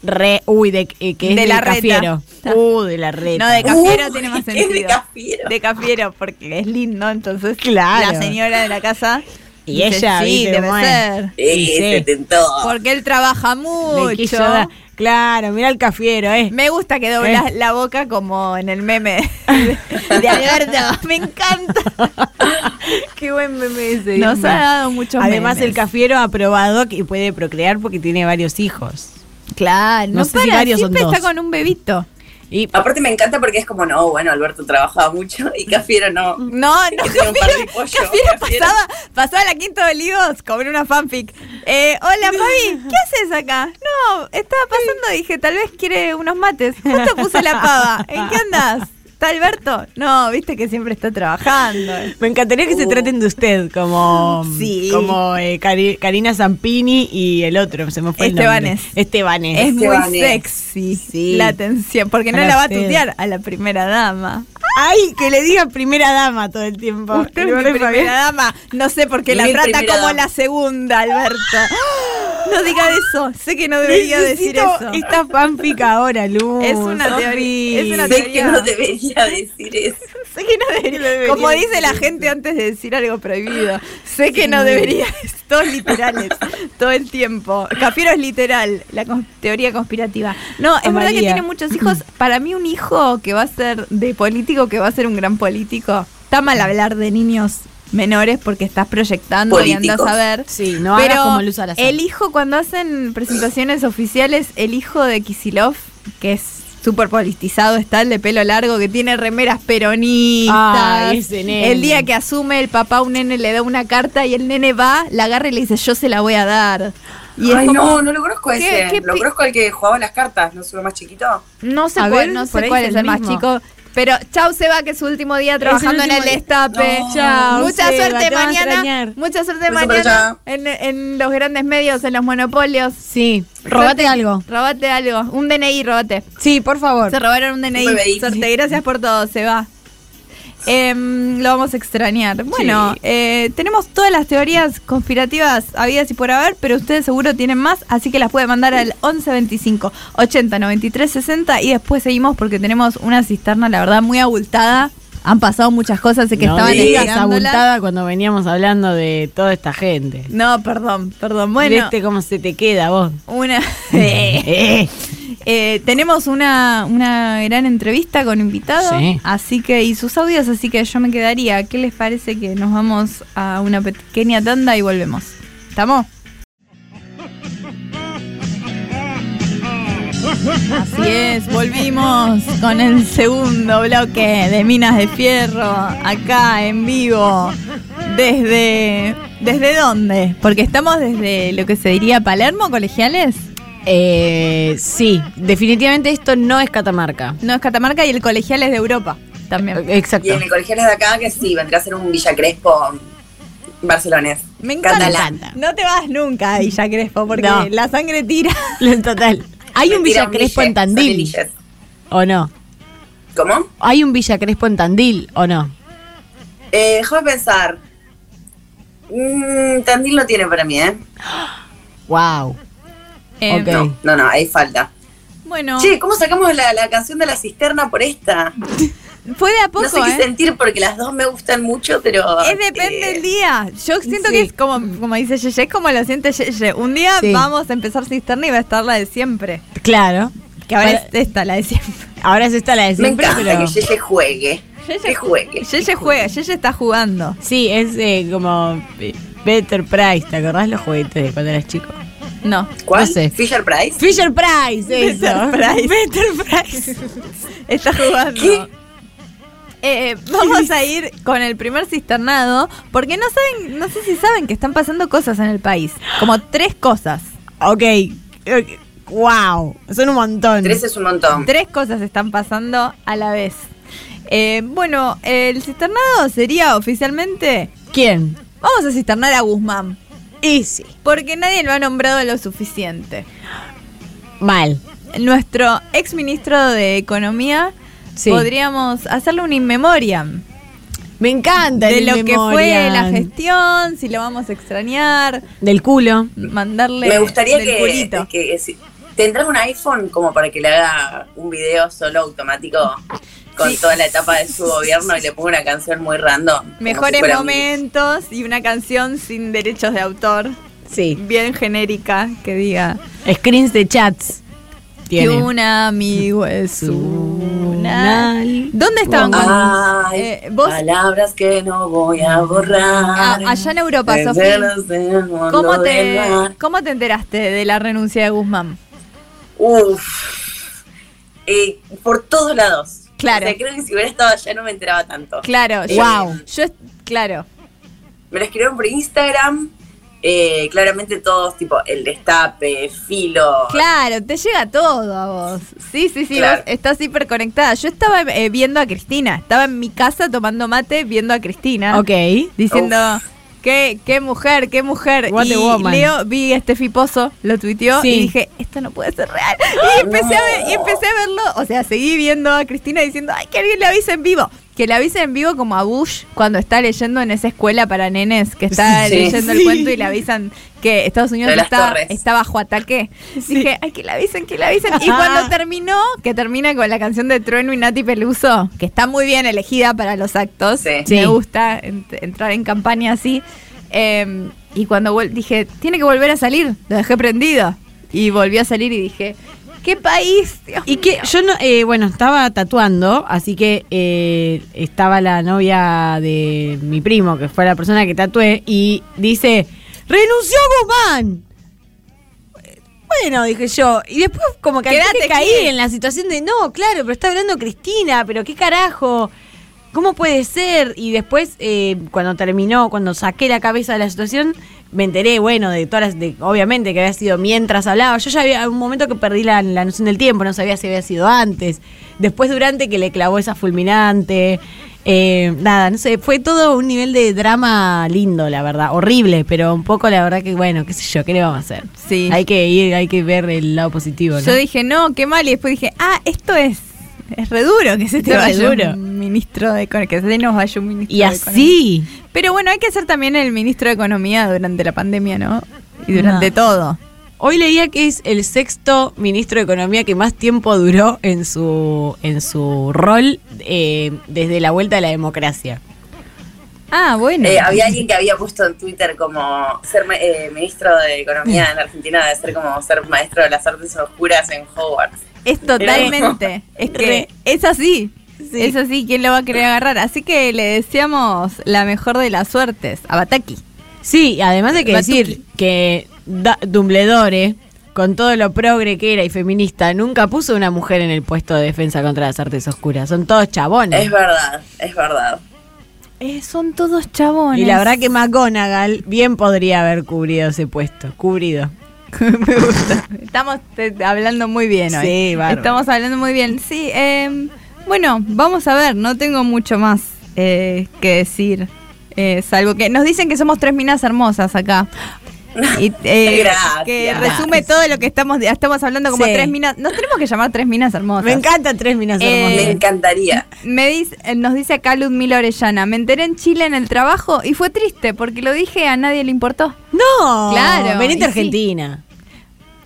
Re, uy, de, eh, que es De del la reta. Cafiero. Uh, de la reta. no, de Cafiero Uh, tiene más es de sentido. Cafiero. De Cafiero, porque es lindo, entonces. Claro. La señora de la casa. Y dice, ella, Sí, viste debe cómo es". ser. Eh, Sí, se sí. tentó. Porque él trabaja Le quiso mucho. dar- Claro, mira el Cafiero, eh. Me gusta que doblas la boca como en el meme de, de Alberto. Me encanta. Qué buen meme ese. Nos Dilma. ha dado muchos Además, el memes. Cafiero ha probado que puede procrear porque tiene varios hijos. Claro, no, No sé si para, varios son siempre está dos. con un bebito. Y Aparte me encanta porque es como, no, bueno, Alberto trabajaba mucho y Cafiero no. No, no, Que sea un par de Cafiero, pollos, Cafiero Cafiero. pasaba, pasaba a la Quinta de Olivos con una fanfic. Eh, hola, Fabi, ¿qué haces acá? No, estaba pasando, dije, tal vez quiere unos mates. Justo puse la pava. ¿En qué andas? ¿Está Alberto? No, viste que siempre está trabajando. Me encantaría que se Uh. traten de usted como, Sí. como eh, Cari- Karina Zampini y el otro, se me fue el nombre. Estebanés. Estebanés. Es muy Estebanés. sexy Sí. la atención, porque no Para la va a usted. tutear a la primera dama. Ay, que le diga primera dama todo el tiempo. Usted es No mi le primera parece. dama. No sé por qué la Mi trata primera como dama. la segunda, Alberto. No diga eso. Sé que no debería decir Necesito eso. Esta fanfic ahora, Luz. Es una Sofi. teoría- es una Sé que teoría. no debería decir eso. Sé que no debería. Como dice la gente antes de decir algo prohibido. Sé que no debería. Todos literales. Todo el tiempo. Cafiero es literal. La cons- teoría conspirativa. No, es verdad que María. tiene muchos hijos. Para mí, un hijo que va a ser de político, que va a ser un gran político. Está mal hablar de niños menores porque estás proyectando y Políticos. andás a ver. Sí, no Pero hagas como Luz Salazar. el hijo, cuando hacen presentaciones oficiales, el hijo de Kisilov, que es súper politizado, está el de pelo largo, que tiene remeras peronistas. Ay, ese nene. El día que asume el papá, un nene le da una carta y el nene va, la agarra y le dice, yo se la voy a dar. Y es Ay, como- no, no lo conozco a ¿Qué- ese. qué lo pi- conozco al que jugaba las cartas, ¿no es uno más chiquito? No sé A cuál, ver, no por sé ahí cuál es es el el más mismo. chico. Pero chau Seba, que es su último día trabajando en último el día. destape. No. Chau, Mucha Seba, suerte te va a mañana. extrañar. Mucha suerte Beso para mañana allá. en, en los grandes medios, en los monopolios. Sí, robate Suerte. algo. Robate algo. Un DNI, robate. Sí, por favor. Se robaron un DNI. Un DNI. Suerte, gracias por todo, se va. Em, lo vamos a extrañar. Bueno, eh, tenemos todas las teorías conspirativas habidas y por haber, pero ustedes seguro tienen más, así que las puede mandar al 11 25 80 93 60 y después seguimos porque tenemos una cisterna, la verdad, muy abultada. Han pasado muchas cosas, sé que no estaban digas estirándolas. abultada cuando veníamos hablando de toda esta gente. No, perdón, perdón. Bueno, Viste cómo se te queda vos. una. Eh. Eh, tenemos una, una gran entrevista con invitados Sí. así que y sus audios, así que yo me quedaría. ¿Qué les parece que nos vamos a una pequeña tanda y volvemos? ¿Estamos? Así es, volvimos con el segundo bloque de Minas de Fierro, acá en vivo. ¿Desde, desde dónde? Porque estamos desde lo que se diría Palermo, colegiales. Eh, sí, definitivamente esto no es Catamarca. Eh, No es Catamarca y el colegial es de Europa también. Exacto. Y en el colegial es de acá, que sí, vendría a ser un Villa Crespo barcelonés. Me encanta. Catalán. No te vas nunca a Villa Crespo porque No. la sangre tira. En total. Hay un Mentira, Villa Crespo Ville, en son Tandil. Villas. ¿O no? ¿Cómo? Hay un Villa Crespo en Tandil, ¿o no? Eh, déjame pensar. Mm, Tandil no tiene para mí, ¿eh? Wow. Eh, Ok. No, no, no, ahí falta. Bueno, Che, ¿cómo sacamos la, la canción de la cisterna por esta? fue de a poco, No sé qué ¿eh? sentir porque las dos me gustan mucho, pero. Es depende eh, del día. Yo siento que Sí. es como, como dice Yeye, es como lo siente Yeye. Un día Sí. vamos a empezar cisterna y va a estar la de siempre. Claro. Que ahora Para- es esta, la de siempre. Ahora es esta la de Me siempre, encanta pero. que Yeye juegue. Que juegue. Yeye juega, Yeye está jugando. Sí, es eh, como eh, Better Price. ¿Te acordás los juguetes de cuando eras chico? No. ¿Cuál? No sé. ¿Fisher Price? Fisher Price, eso. Better Price. Better Price. Está jugando. ¿Qué? Eh, vamos a ir con el primer cisternado, porque no saben, no sé si saben que están pasando cosas en el país, como tres cosas. Ok. ok, Wow. Son un montón. Tres es un montón. Tres cosas están pasando a la vez. Eh, bueno, el cisternado sería oficialmente, ¿Quién? vamos a cisternar a Guzmán, Easy. porque nadie lo ha nombrado lo suficiente. Mal. Nuestro ex ministro de Economía, Sí. podríamos hacerle un in memoriam. Me encanta. de el lo In que fue Memoriam. la gestión, si lo vamos a extrañar, Del culo. mandarle Me gustaría del que, culito. que si- ¿Tendrás un iPhone como para que le haga un video solo automático con toda la etapa de su gobierno y le ponga una canción muy random? como si Mejores fuera un- momentos y una canción sin derechos de autor, Sí. bien genérica, que diga Screens de chats. que Tiene. un amigo es una. Tsunami. ¿Dónde estaban cuando- Ay, Eh, vos- palabras que no voy a borrar. A- allá en Europa, Desde Sofía, los del mundo ¿Cómo del te, mar. ¿Cómo te enteraste de la renuncia de Guzmán? Uf. Eh, por todos lados. Claro. O sea, creo que si hubiera estado allá no me enteraba tanto. Claro, Eh, yo- Wow. yo, claro, Me lo escribieron por Instagram. eh, claramente todos, tipo, el destape, filo. claro, te llega todo a vos. Sí, sí, sí, Claro. vos estás hiperconectada. Yo estaba eh, viendo a Cristina, estaba en mi casa tomando mate viendo a Cristina. Ok. diciendo qué, qué mujer, qué mujer. What y a woman. Leo vi este fiposo, lo tuiteó Sí. y dije, esto no puede ser real. Ah, Y empecé, a ver- y empecé a verlo, o sea, seguí viendo a Cristina diciendo, ay, que alguien le avisa en vivo. Que la avisen en vivo como a Bush cuando está leyendo en esa escuela para nenes, que está Sí. leyendo el Sí. cuento y le avisan que Estados Unidos Lo de las está, torres. está bajo ataque. Dije, ay, que la avisen, que la avisen. Y Ajá. cuando terminó, que termina con la canción de Trueno y Nati Peluso, que está muy bien elegida para los actos. Sí. Me Sí. gusta ent- entrar en campaña así. Eh, y cuando vol- dije, tiene que volver a salir, lo dejé prendido. Y volví a salir y dije, ¿qué país? Dios Y que mío". yo no, eh, bueno, estaba tatuando, así que eh, estaba la novia de mi primo, que fue la persona que tatué, y dice, renunció Guzmán. Bueno, dije yo, y después como que Quédate antes caí quieta. en la situación de, no, claro, pero está hablando Cristina, pero qué carajo. ¿Cómo puede ser? Y después, eh, cuando terminó, cuando saqué la cabeza de la situación, me enteré, bueno, de todas las, de- obviamente que había sido mientras hablaba. Yo ya había un momento que perdí la, la noción del tiempo, no sabía si había sido antes. Después, durante, que le clavó esa fulminante. Eh, nada, no sé, fue todo un nivel de drama lindo, la verdad. Horrible, pero un poco, la verdad, que bueno, qué sé yo, ¿qué le vamos a hacer? Sí. Hay que ir, hay que ver el lado positivo, ¿no? Yo dije, no, qué mal. Y después dije, ah, esto es, es re duro que se te Es re vaya duro. un ministro de Economía, que se nos vaya un ministro y de Economía. así. Pero bueno, hay que ser también el ministro de Economía durante la pandemia, ¿no? Y durante No. todo. Hoy leía que es el sexto ministro de Economía que más tiempo duró en su, en su rol eh, desde la vuelta a la democracia. Ah, bueno. Eh, había alguien que había puesto en Twitter como ser ma- eh, ministro de Mm. Economía en Argentina debe ser como ser maestro de las artes oscuras en Hogwarts. Es totalmente. Es que Re. E, es así. Sí. Es así, ¿quién lo va a querer agarrar? Así que le deseamos la mejor de las suertes a Bataki. Sí, además de que Batuqui. decir que Da- Dumbledore, con todo lo progre que era y feminista, nunca puso una mujer en el puesto de defensa contra las artes oscuras. Son todos Es chabones. verdad, es verdad. Eh, son todos chabones. Y la verdad que McGonagall bien podría haber cubrido ese puesto. Cubrido. me gusta. Estamos eh, hablando muy bien hoy. Sí, bárbaro. Estamos hablando muy bien. Sí, eh, bueno, vamos a ver. No tengo mucho más eh, que decir. Eh, salvo que nos dicen que somos tres minas hermosas acá. Y, eh, Gracias. Que resume todo lo que estamos estamos hablando como Sí. tres minas. Nos tenemos que llamar tres minas hermosas. Me encanta tres minas Eh, Me hermosas. encantaría. Me dice, eh, nos dice acá Ludmila Orellana, me enteré en Chile en el trabajo y fue triste porque lo dije a nadie le importó. No, Claro, y sí. venite a Argentina.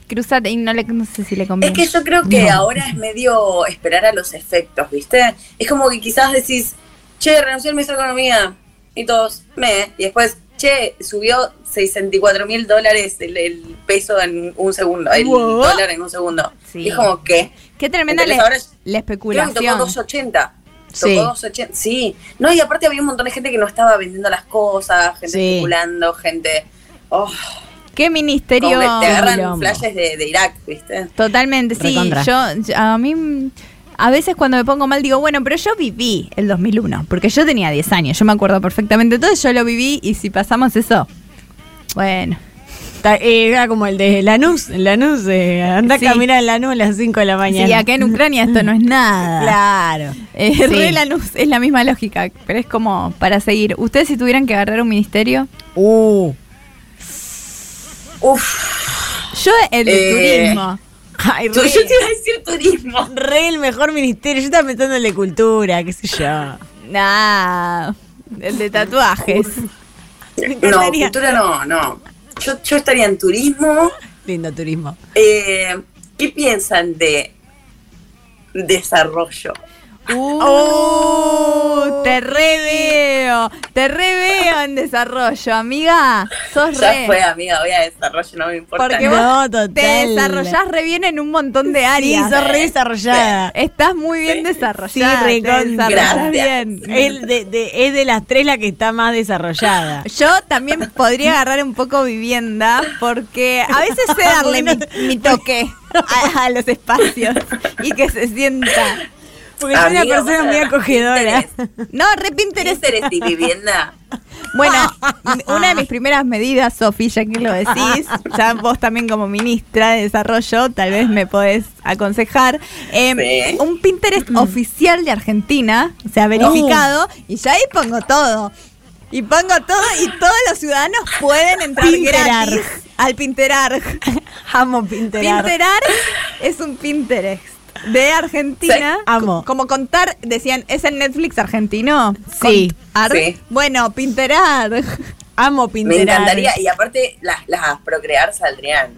Cruzate y no, le, no sé si le Es conviene. que yo creo que ahora es medio esperar a los efectos, ¿viste? Es como que quizás decís, che, renunció el ministro de Economía. Y todos, me. Y después, che, subió 64 mil dólares el, el peso en un segundo. El Wow. dólar en un segundo. Sí. Y es como que. Qué tremenda Entonces la- ahora es- la Creo que tocó especulación. 280. Sí. Tocó 280. Sí. No, y aparte había un montón de gente que no estaba vendiendo las cosas, gente Sí. especulando, gente. Oh, ¿Qué como ministerio? que te agarran quilombo. flashes de, de Irak, ¿viste? Totalmente, sí. Recontra. Yo, yo- a mí, mm, a veces cuando me pongo mal digo, bueno, pero yo viví el 2001, porque yo tenía 10 años, yo me acuerdo perfectamente. Entonces yo lo viví y si pasamos eso, bueno. Ta- eh, Era como el de Lanús, Lanús, eh, anda Sí. a caminar en Lanús a las 5 de la mañana. Sí, acá en Ucrania esto no es nada. Claro. Eh, Sí. re Lanús, es la misma lógica, pero es como para seguir. Ustedes si tuvieran que agarrar un ministerio, Uh. Uf. yo el de Eh, turismo. Ay, Yo re, te iba a decir turismo. re el mejor ministerio. Yo estaba pensando en la cultura, qué sé yo. Nah, el de tatuajes. Me No, encantaría. cultura no, no. Yo, yo estaría en turismo. Lindo turismo. Eh, ¿Qué piensan de desarrollo? Oh. Uh, te reveo, te reveo en desarrollo, amiga. Sos Ya re. fue, amiga, voy a desarrollo, no me importa. Porque nada. No, vos te total. desarrollás re bien en un montón de Sí, áreas. sos re desarrollada. Estás muy bien desarrollada. Sí, te recontra. desarrollás Gracias. bien. El de- de- es de las tres la que está más desarrollada. Yo también podría agarrar un poco vivienda porque a veces sé darle mi, mi toque a, a los espacios y que se sienta. Porque soy una Amiga, persona vos muy agarrás acogedora. No, re Pinterest. Pinterest y vivienda. Bueno, una de mis primeras medidas, Sofi, ya que lo decís, ya vos también como ministra de desarrollo, tal vez me podés aconsejar, eh, Sí. un Pinterest oficial de Argentina, o sea, verificado, y ya ahí pongo todo. Y pongo todo y todos los ciudadanos pueden entrar Pinterar. gratis al Pinterar. Amo Pinterest. Pinterar es un Pinterest. de Argentina. Sí, amo. Co- Como contar, decían, ¿es el Netflix argentino? Sí. Contar. Sí. Bueno, pinterar. Amo Me Pinterest. encantaría. Y aparte, las, las procrear saldrían.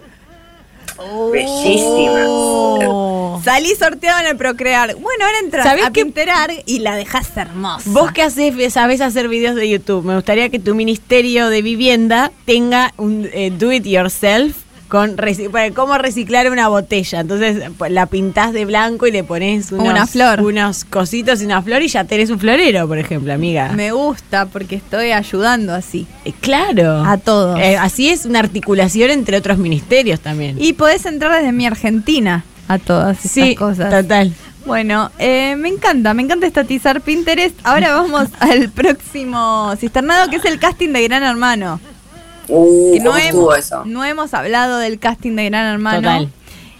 Bellísimas. Oh. Salí sorteado en el Procrear. Bueno, ahora entras ¿Sabés a qué? pinterar y la dejás hermosa. Vos que haces, sabés hacer videos de YouTube, me gustaría que tu ministerio de vivienda tenga un eh, do it yourself con reci- para cómo reciclar una botella. Entonces pues, la pintás de blanco y le pones unos, Una flor. unos cositos y una flor y ya tenés un florero, por ejemplo, amiga. Me gusta porque estoy ayudando así. Eh, claro. A todos. Eh, así es una articulación entre otros ministerios también. Y podés entrar desde mi Argentina a todas estas sí, cosas. total. Bueno, eh, me encanta, me encanta estatizar Pinterest. Ahora vamos al próximo cisternado, que es el casting de Gran Hermano. Uh, Que ¿Cómo estuvo hemos, eso? no hemos hablado del casting de Gran Hermano. Total.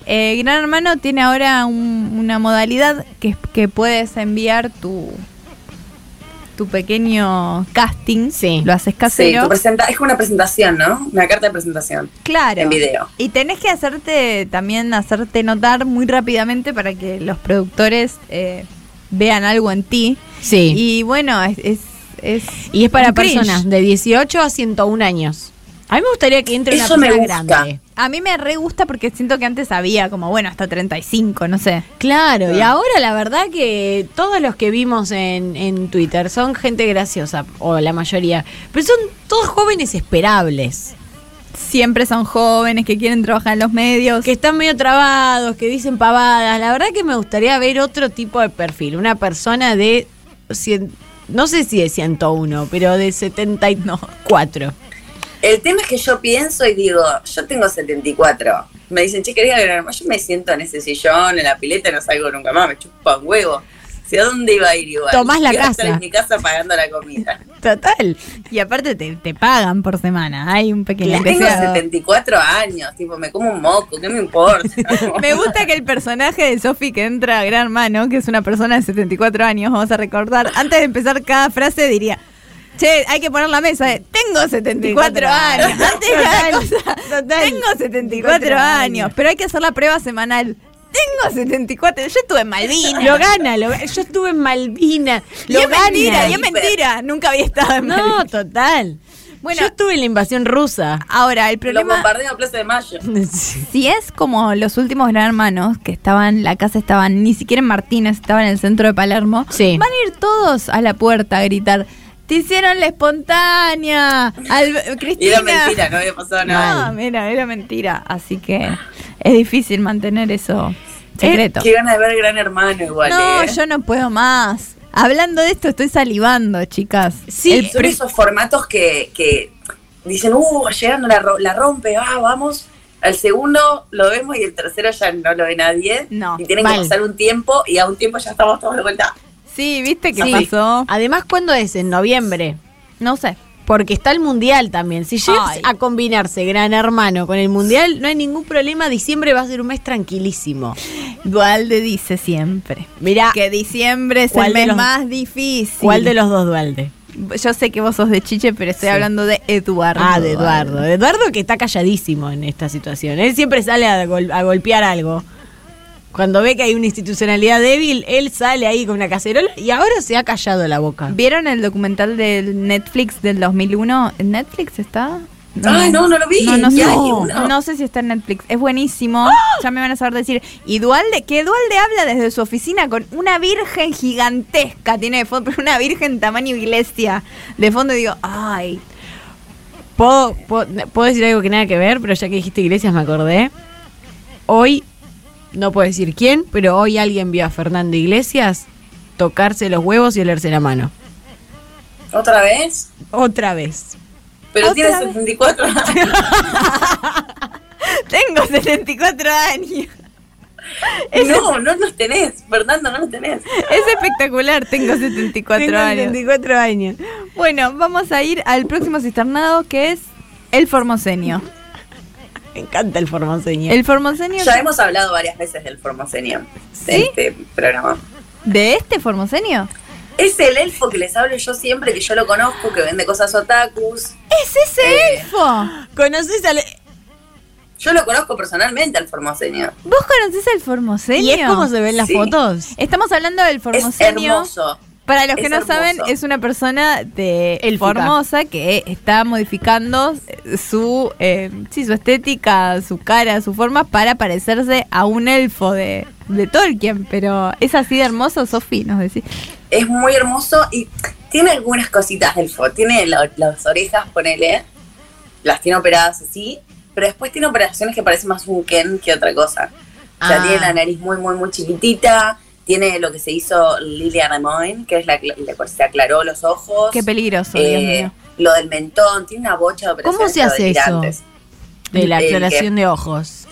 Eh, Gran Hermano tiene ahora un- una modalidad que, es que puedes enviar tu, tu pequeño casting. Sí. Lo haces Sí, casero. tu presenta es como una presentación, ¿no? Una carta de presentación. Claro. En video. Y tenés que hacerte también hacerte notar muy rápidamente para que los productores eh, vean algo en ti. Sí. Y bueno, es, es, es Y es para un cringe. personas de 18 a 101 años. A mí me gustaría que entre Eso una me persona gusta. grande. A mí me re gusta porque siento que antes había como, bueno, hasta 35, no sé. Claro, y ahora la verdad que todos los que vimos en, en Twitter son gente graciosa, o la mayoría, pero son todos jóvenes esperables, Siempre son jóvenes que quieren trabajar en los medios. que están medio trabados, que dicen pavadas. La verdad que me gustaría ver otro tipo de perfil, una persona de, cien- no sé si de 101, pero de 74. El tema es que yo pienso y digo, yo tengo 74. Me dicen, che, quería ganar más. Yo me siento en ese sillón, en la pileta, no salgo nunca más, me chupa un huevo. ¿Hacia dónde iba a ir igual? Tomás la Iba a estar casa. en mi casa pagando la comida. Total. Y aparte te, te pagan por semana. Hay un pequeño... Claro. que Tengo sea- 74 años, tipo, me como un moco, ¿qué me importa? Me gusta que el personaje de Sofi que entra a Gran Hermano, que es una persona de 74 años, vamos a recordar, antes de empezar cada frase diría, che, hay que poner la mesa, eh, tengo 74 años. Antes cada cosa, total. tengo 74 años, pero hay que hacer la prueba semanal. Tengo 74, yo estuve en Malvinas. Lo gana, lo ga- yo estuve en Malvina, Y lo es gana. mentira, y es mentira, nunca había estado en Malvinas. No, total. Bueno. Ah, yo estuve en la invasión rusa. Ahora, el Lo problema... bombardeo a Plaza de Mayo. Si es como los últimos Gran Hermanos, que estaban, la casa estaba ni siquiera en Martínez, estaba en el centro de Palermo, Sí. van a ir todos a la puerta a gritar, te hicieron la espontánea, al- Y era Cristina. mentira, no había pasado nada. Eh, No, mira, era mentira. Así que es difícil mantener eso secreto. Qué ganas de ver Gran Hermano igual, no, eh. yo no puedo más. Hablando de esto, estoy salivando, chicas. Sí, El Son pri- esos formatos que, que dicen, uh, llegando la, ro- la rompe, ah, vamos. Al segundo lo vemos y el tercero ya no lo ve nadie. No, y tienen mal. que pasar un tiempo y a un tiempo ya estamos todos de vuelta. sí, ¿viste qué Sí. pasó? Además, ¿cuándo es? En noviembre. No sé. Porque está el mundial también. Si llegas Ay. a combinarse Gran Hermano con el mundial, no hay ningún problema. Diciembre va a ser un mes tranquilísimo. Dualde dice siempre. Mirá, que diciembre es ¿Cuál el de mes los- más difícil. ¿cuál de los dos Dualde? Yo sé que vos sos de Chiche, pero estoy Sí. hablando de Eduardo. Ah, de Eduardo. De Eduardo que está calladísimo en esta situación. Él siempre sale a, gol- a golpear algo. Cuando ve que hay una institucionalidad débil, él sale ahí con una cacerola y ahora se ha callado la boca. ¿Vieron el documental del Netflix del 2001? ¿En Netflix está? Ay, no, no lo vi. No, no sé, Ay, no. no. ¡Ah! No sé si está en Netflix. Es buenísimo. Ya me van a saber decir. Y Dualde, que Dualde habla desde su oficina con una virgen gigantesca. Tiene de fondo una virgen tamaño iglesia. De fondo y digo, ay. ¿Puedo, puedo, puedo decir algo que nada que ver, pero ya que dijiste Iglesias me acordé. Hoy, no puedo decir quién, pero hoy alguien vio a Fernando Iglesias tocarse los huevos y olerse la mano. ¿Otra vez? Otra vez. Pero ¿Otra tiene vez? 74 años. Tengo 74 años. No, no los tenés, Fernando, no los tenés. Es espectacular, tengo 74 Tengo años. 74 años. Bueno, vamos a ir al próximo cisternado que es el formoseño. Me encanta el formoseño. El formoseño Ya hemos hablado varias veces del Formosenio, de ¿Sí? este programa. de este formoseño. Es el elfo que les hablo yo siempre, que yo lo conozco, que vende cosas otakus. Es ese elfo. ¿Conoces al.? Eh, Yo lo conozco personalmente al formoseño. ¿Vos conocés al formoseño? ¿Y es como se ven las Sí. fotos? Estamos hablando del Es formoseño. hermoso. Para los que Es no hermoso. saben, es una persona de Élfica. Formosa que está modificando su, eh, sí, su estética, su cara, su forma para parecerse a un elfo de, de Tolkien. Pero es así de hermoso, Sofi, nos decís. Es muy hermoso y tiene algunas cositas del fo. Tiene la- las orejas, ponele. Las tiene operadas así. Pero después tiene operaciones que parecen más un Ken que otra cosa. O sea, Ah. tiene la nariz muy, muy, muy chiquitita. Tiene lo que se hizo Lilia Ramoin, que es la que la cual se aclaró los ojos. Qué peligroso, Eh, Dios mío. Lo del mentón, tiene una bocha de operaciones. ¿Cómo se hace eso? delirantes. De la ¿De qué? aclaración de ojos.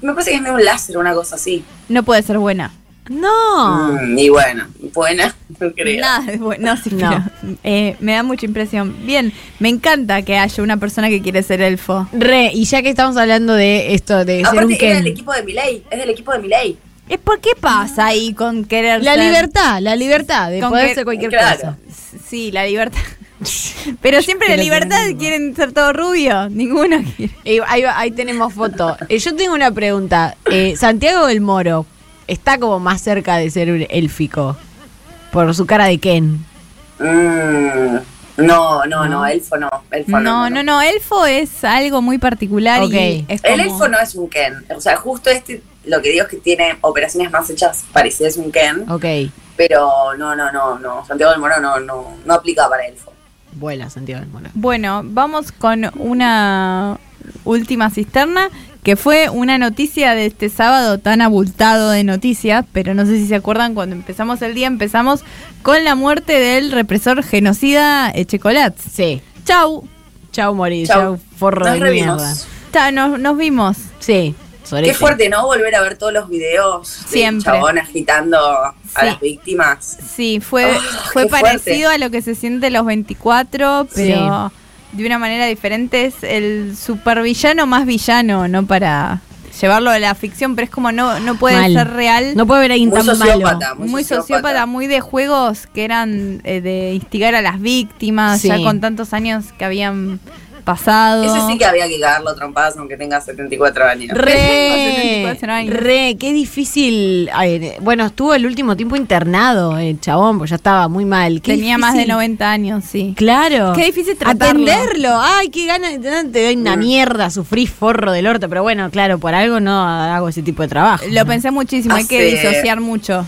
Me parece que es medio un láser, una cosa así. No puede ser buena. Ah. No. Mm, y bueno, buena, no creo. Nada, es bueno, no, sí, No. pero, eh, me da mucha impresión. Bien, me encanta que haya una persona que quiere ser elfo. Re, y ya que estamos hablando de esto, de ser un Aparte, era del Ken. equipo de Miley. Es del equipo de Miley. ¿Es por qué pasa ahí con querer La ser- libertad, la libertad de Con poder que- ser cualquier Claro. cosa. Sí, la libertad. Pero siempre la Pero libertad tenemos- quieren ser todo rubio. Ninguno quiere. Eh, ahí, va- ahí tenemos foto. Eh, yo tengo una pregunta. Eh, Santiago del Moro está como más cerca de ser un élfico por su cara de Ken. Mm, no, no, no, elfo no. Elfo No, no, no, no, Elfo es algo muy particular y Ok. es El como- elfo no es un Ken. O sea, justo este, lo que digo es que tiene operaciones más hechas parecidas a un Ken. Ok, Pero no, no, no, no. Santiago del Moro no, no, no aplica para elfo. vuela Santiago del Moro. Bueno, vamos con una última cisterna que fue una noticia de este sábado tan abultado de noticias, pero no sé si se acuerdan cuando empezamos el día empezamos con la muerte del represor genocida Echecolats. Sí. Chau, Chau, Mori. Chau, Chau. forro Nos de revimos. mierda. Chao, nos, nos vimos. Sí, sorete. Qué fuerte, ¿no? Volver a ver todos los videos del Siempre. chabón agitando a Sí. las víctimas. Sí, fue, Ah, fue qué fuerte. parecido a lo que se siente los 24, pero de una manera diferente. Es el supervillano más villano, ¿no? Para llevarlo a la ficción, pero es como no, no puede Mal. ser real. No puede haber alguien Muy tan malo. sociópata, muy, sociópata, muy de juegos que eran eh, de instigar a las víctimas, Sí. ya con tantos años que habían pasado. Ese sí que había que cagarlo trompadas aunque tenga 74 años. Re, 74 años. Eh, re, qué difícil. Ay, bueno, estuvo el último tiempo internado el chabón, pues ya estaba muy mal. Qué Tenía más de difícil. 90 años, sí. Claro. Qué difícil tratarlo. Atenderlo. Ay, qué ganas. de- Te doy una mierda, sufrí forro del orto. Pero bueno, claro, por algo no hago ese tipo de trabajo. Lo pensé muchísimo, hay que Hace- disociar mucho.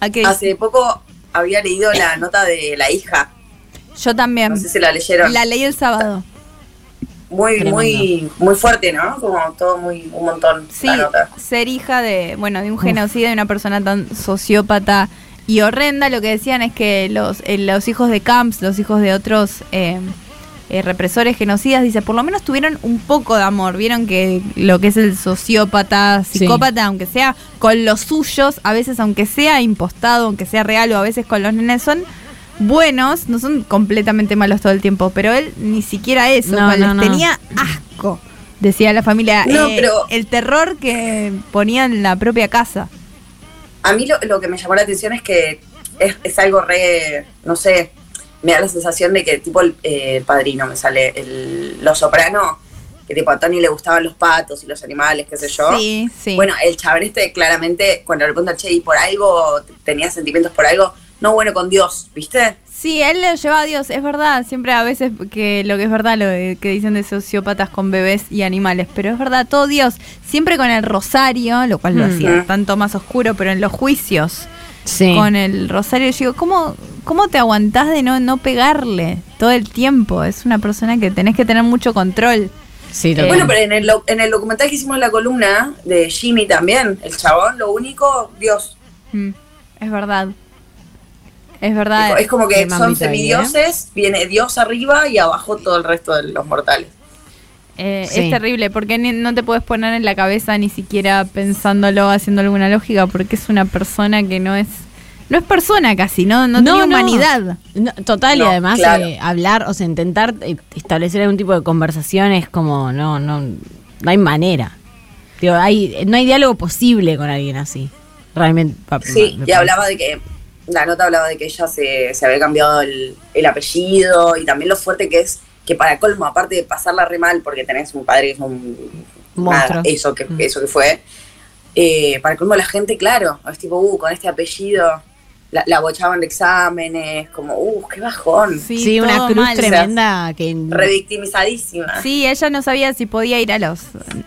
Hay que Hace poco había leído la nota de la hija. Yo también. No sé si la leyeron. La leí el sábado. Muy, Tremendo. muy, muy fuerte, ¿no? Como todo muy, un montón Sí, la nota. ser hija de, bueno, de un genocida, de una persona tan sociópata y horrenda, lo que decían es que los, eh, los hijos de Camps, los hijos de otros eh, eh, represores genocidas, dice, por lo menos tuvieron un poco de amor. Vieron que lo que es el sociópata, Sí. psicópata, aunque sea con los suyos, a veces aunque sea impostado, aunque sea real o a veces con los nenes, son buenos, no son completamente malos todo el tiempo, pero él ni siquiera eso, No, cuando no, no. les tenía asco. Decía la familia, No, eh, pero- el terror que ponía en la propia casa. A mí lo, lo que me llamó la atención es que es, es algo re, no sé, me da la sensación de que tipo el, eh, el padrino me sale, el, los soprano, que tipo a Tony le gustaban los patos y los animales, qué sé yo. Sí, sí. Bueno, el chabón este claramente, cuando le preguntan, che, ¿y por algo tenía sentimientos por algo? No, bueno, con Dios, ¿viste? Sí, él lo lleva a Dios, es verdad, siempre a veces que lo que es verdad, lo de- que dicen de sociópatas con bebés y animales, pero es verdad, todo Dios, siempre con el rosario, lo cual lo Mm. hacía Ujú. tanto más oscuro, pero en los juicios, Sí. con el rosario, yo digo, ¿cómo, cómo te aguantás de no, no pegarle todo el tiempo? Es una persona que tenés que tener mucho control. Sí, Eh, Bueno, pero en el, lo- en el documental que hicimos en la columna de Jimmy también, el chabón, lo único, Dios. Mm, es verdad. Es verdad. Tipo, es como qué que son mamita ahí, ¿eh? semidioses, viene Dios arriba y abajo todo el resto de los mortales. Eh, Sí. Es terrible porque ni- no te puedes poner en la cabeza ni siquiera pensándolo, haciendo alguna lógica, porque es una persona que no es. No es persona casi, no, no, tiene humanidad. No, total, y No, además claro. eh, hablar, o sea, intentar eh, establecer algún tipo de conversación es como, no, no, no hay manera. Digo, hay, no hay diálogo posible con alguien así. Realmente. pa- me Sí, y parece. hablaba de que, la nota hablaba de que ella se, se había cambiado el, el apellido y también lo fuerte que es que para colmo, aparte de pasarla re mal porque tenés un padre que es un Monstruo. Mm. nada, eso que, eso que fue. Eh, para colmo la gente, claro, es tipo, uh, con este apellido, la, la bochaban de exámenes, como, uh, qué bajón. Sí, Sí, una todo cruz mal. tremenda que Revictimizadísima. Sí, ella no sabía si podía ir a los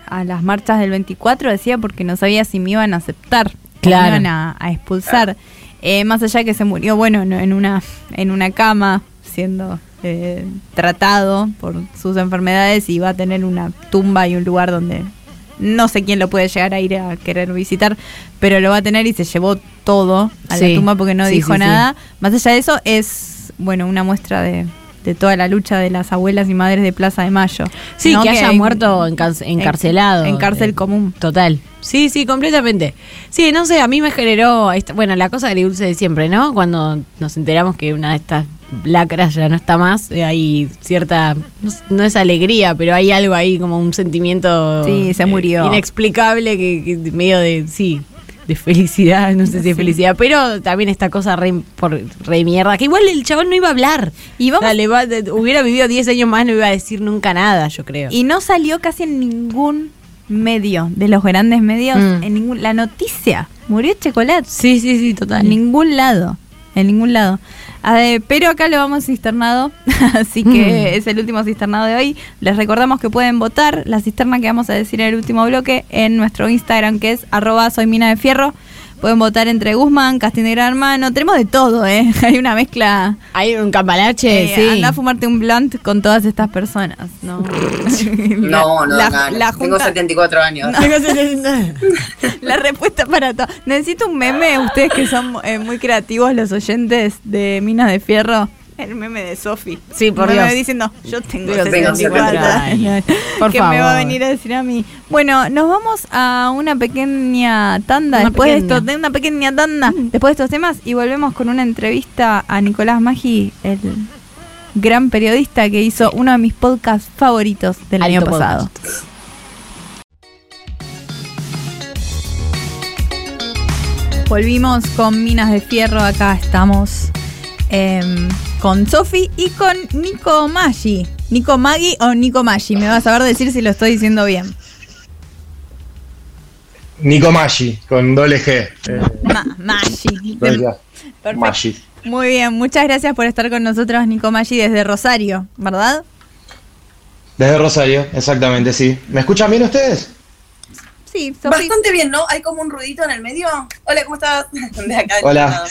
a las marchas del 24, decía, porque no sabía si me iban a aceptar, o Claro. me iban a, a expulsar. Eh, más allá que se murió, bueno, en- en una en una cama siendo eh, tratado por sus enfermedades y va a tener una tumba y un lugar donde no sé quién lo puede llegar a ir a querer visitar, pero lo va a tener y se llevó todo a Sí, la tumba porque no sí, dijo sí, sí. nada. Más allá de eso, es bueno una muestra de, de toda la lucha de las abuelas y madres de Plaza de Mayo. Sí, ¿no? que haya en- muerto encarce- encarcelado. En, cárcel Eh, común. Total. Sí, sí, completamente. Sí, no sé, a mí me generó, esta- bueno, la cosa agridulce de siempre, ¿no? Cuando nos enteramos que una de estas lacras ya no está más, eh, hay cierta, no, s- no es alegría, pero hay algo ahí, como un sentimiento eh, Sí, se murió. inexplicable, que, que de- medio de, sí, de felicidad, no sé si es felicidad, pero también esta cosa re, por, re mierda, que igual el chabón no iba a hablar. Y vamos- Dale, va- de- hubiera vivido 10 años más, no iba a decir nunca nada, yo creo. Y no salió casi en ningún medio, de los grandes medios, Mm. en ningún, la noticia. Murió Chocolate. sí, sí, sí, total. En ningún lado. En ningún lado. A ver, pero acá lo vamos cisternado, así que Mm. es el último cisternado de hoy. Les recordamos que pueden votar la cisterna que vamos a decir en el último bloque en nuestro Instagram que es arroba soy mina de fierro. Pueden votar entre Guzmán, Castín de Gran Hermano, tenemos de todo, ¿eh? Hay una mezcla. Hay un cambalache, Eh, sí. Anda a fumarte un blunt con todas estas personas, ¿no? No, no, La- no, no. la Tengo junta- 74 años. La respuesta para todo. Necesito un meme, ustedes que son eh, muy creativos, los oyentes de Minas de Fierro. El meme de Sofi. Sí, por Un meme Dios. diciendo, yo tengo Yo tengo 74 años. Por que me favor. va a venir a decir a mí. Bueno, nos vamos a una pequeña tanda Una después de pequeña. esto, de una pequeña tanda después de estos temas y volvemos con una entrevista a Nicolás Maggi, el gran periodista que hizo uno de mis podcasts favoritos del Alto año podcast. pasado. Volvimos con Minas de Fierro, acá estamos em, con Sofi y con Nico Maggi. Nico Maggi o Nico Maggi, me vas a saber decir si lo estoy diciendo bien. Nico Maggi, con doble G. eh, Ma- Maggi. gracias. Perfecto. Maggi. Muy bien, muchas gracias por estar con nosotros, Nico Maggi, desde Rosario, ¿verdad? Desde Rosario, exactamente, sí. ¿Me escuchan bien ustedes? Sí, Sofi. Bastante bien, ¿no? Hay como un ruidito en el medio. Hola, ¿cómo estás? De acá. del Hola, lado.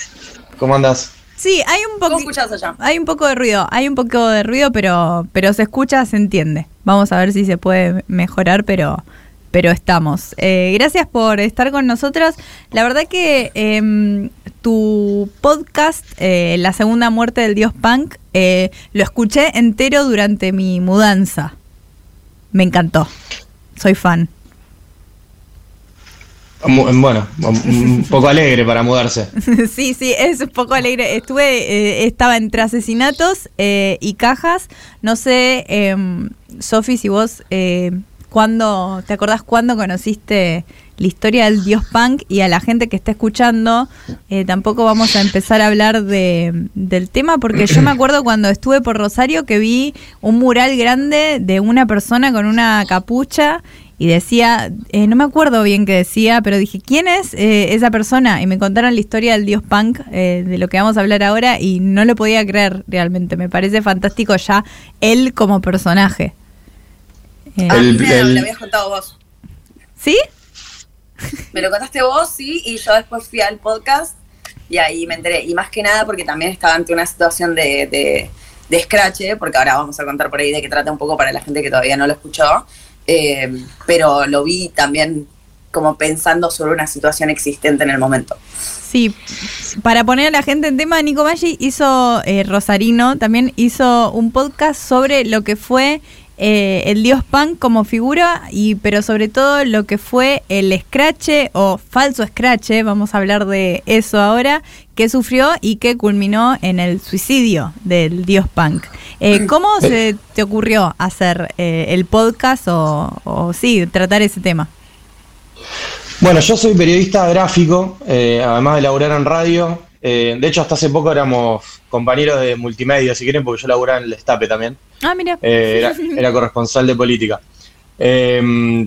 ¿cómo andás? Sí, hay un ¿Cómo poquito. escuchás allá? Hay un poco de ruido, hay un poco de ruido, pero, pero se escucha, se entiende. Vamos a ver si se puede mejorar, pero, pero estamos. Eh, gracias por estar con nosotros. La verdad que em, tu podcast, eh, La Segunda Muerte del Dios Punk, eh, lo escuché entero durante mi mudanza. Me encantó. Soy fan. Mu- Bueno, un poco alegre para mudarse. Sí, sí, es un poco alegre. Estuve, eh, estaba entre asesinatos eh, y cajas. No sé, em, Sofi, si vos, eh, ¿cuándo, ¿te acordás cuándo conociste la historia del dios punk? Y a la gente que está escuchando, eh, tampoco vamos a empezar a hablar de, del tema, porque yo me acuerdo cuando estuve por Rosario que vi un mural grande de una persona con una capucha y decía, eh, no me acuerdo bien qué decía, pero dije, ¿quién es eh, esa persona? Y me contaron la historia del dios punk, eh, de lo que vamos a hablar ahora, y no lo podía creer realmente. Me parece fantástico ya él como personaje. Eh, Ah, El- me el- lo habías contado vos. ¿Sí? Me lo contaste vos, sí, y yo después fui al podcast y ahí me enteré. Y más que nada porque también estaba ante una situación de, de, de escrache, porque ahora vamos a contar por ahí de qué trata un poco para la gente que todavía no lo escuchó. Eh, pero lo vi también como pensando sobre una situación existente en el momento. Sí, para poner a la gente en tema, Nico Maggi hizo, eh, Rosarino también hizo un podcast sobre lo que fue eh, el dios punk como figura, y pero sobre todo lo que fue el escrache o falso escrache, vamos a hablar de eso ahora, que sufrió y que culminó en el suicidio del dios punk. Mm. Eh, ¿Cómo se te ocurrió hacer eh, el podcast o, o sí, tratar ese tema? Bueno, yo soy periodista gráfico, eh, además de laburar en radio. Eh, de hecho, hasta hace poco éramos compañeros de multimedia, si quieren, porque yo laburaba en el Estape también. Ah, mira. Eh, era, era corresponsal de política. Eh,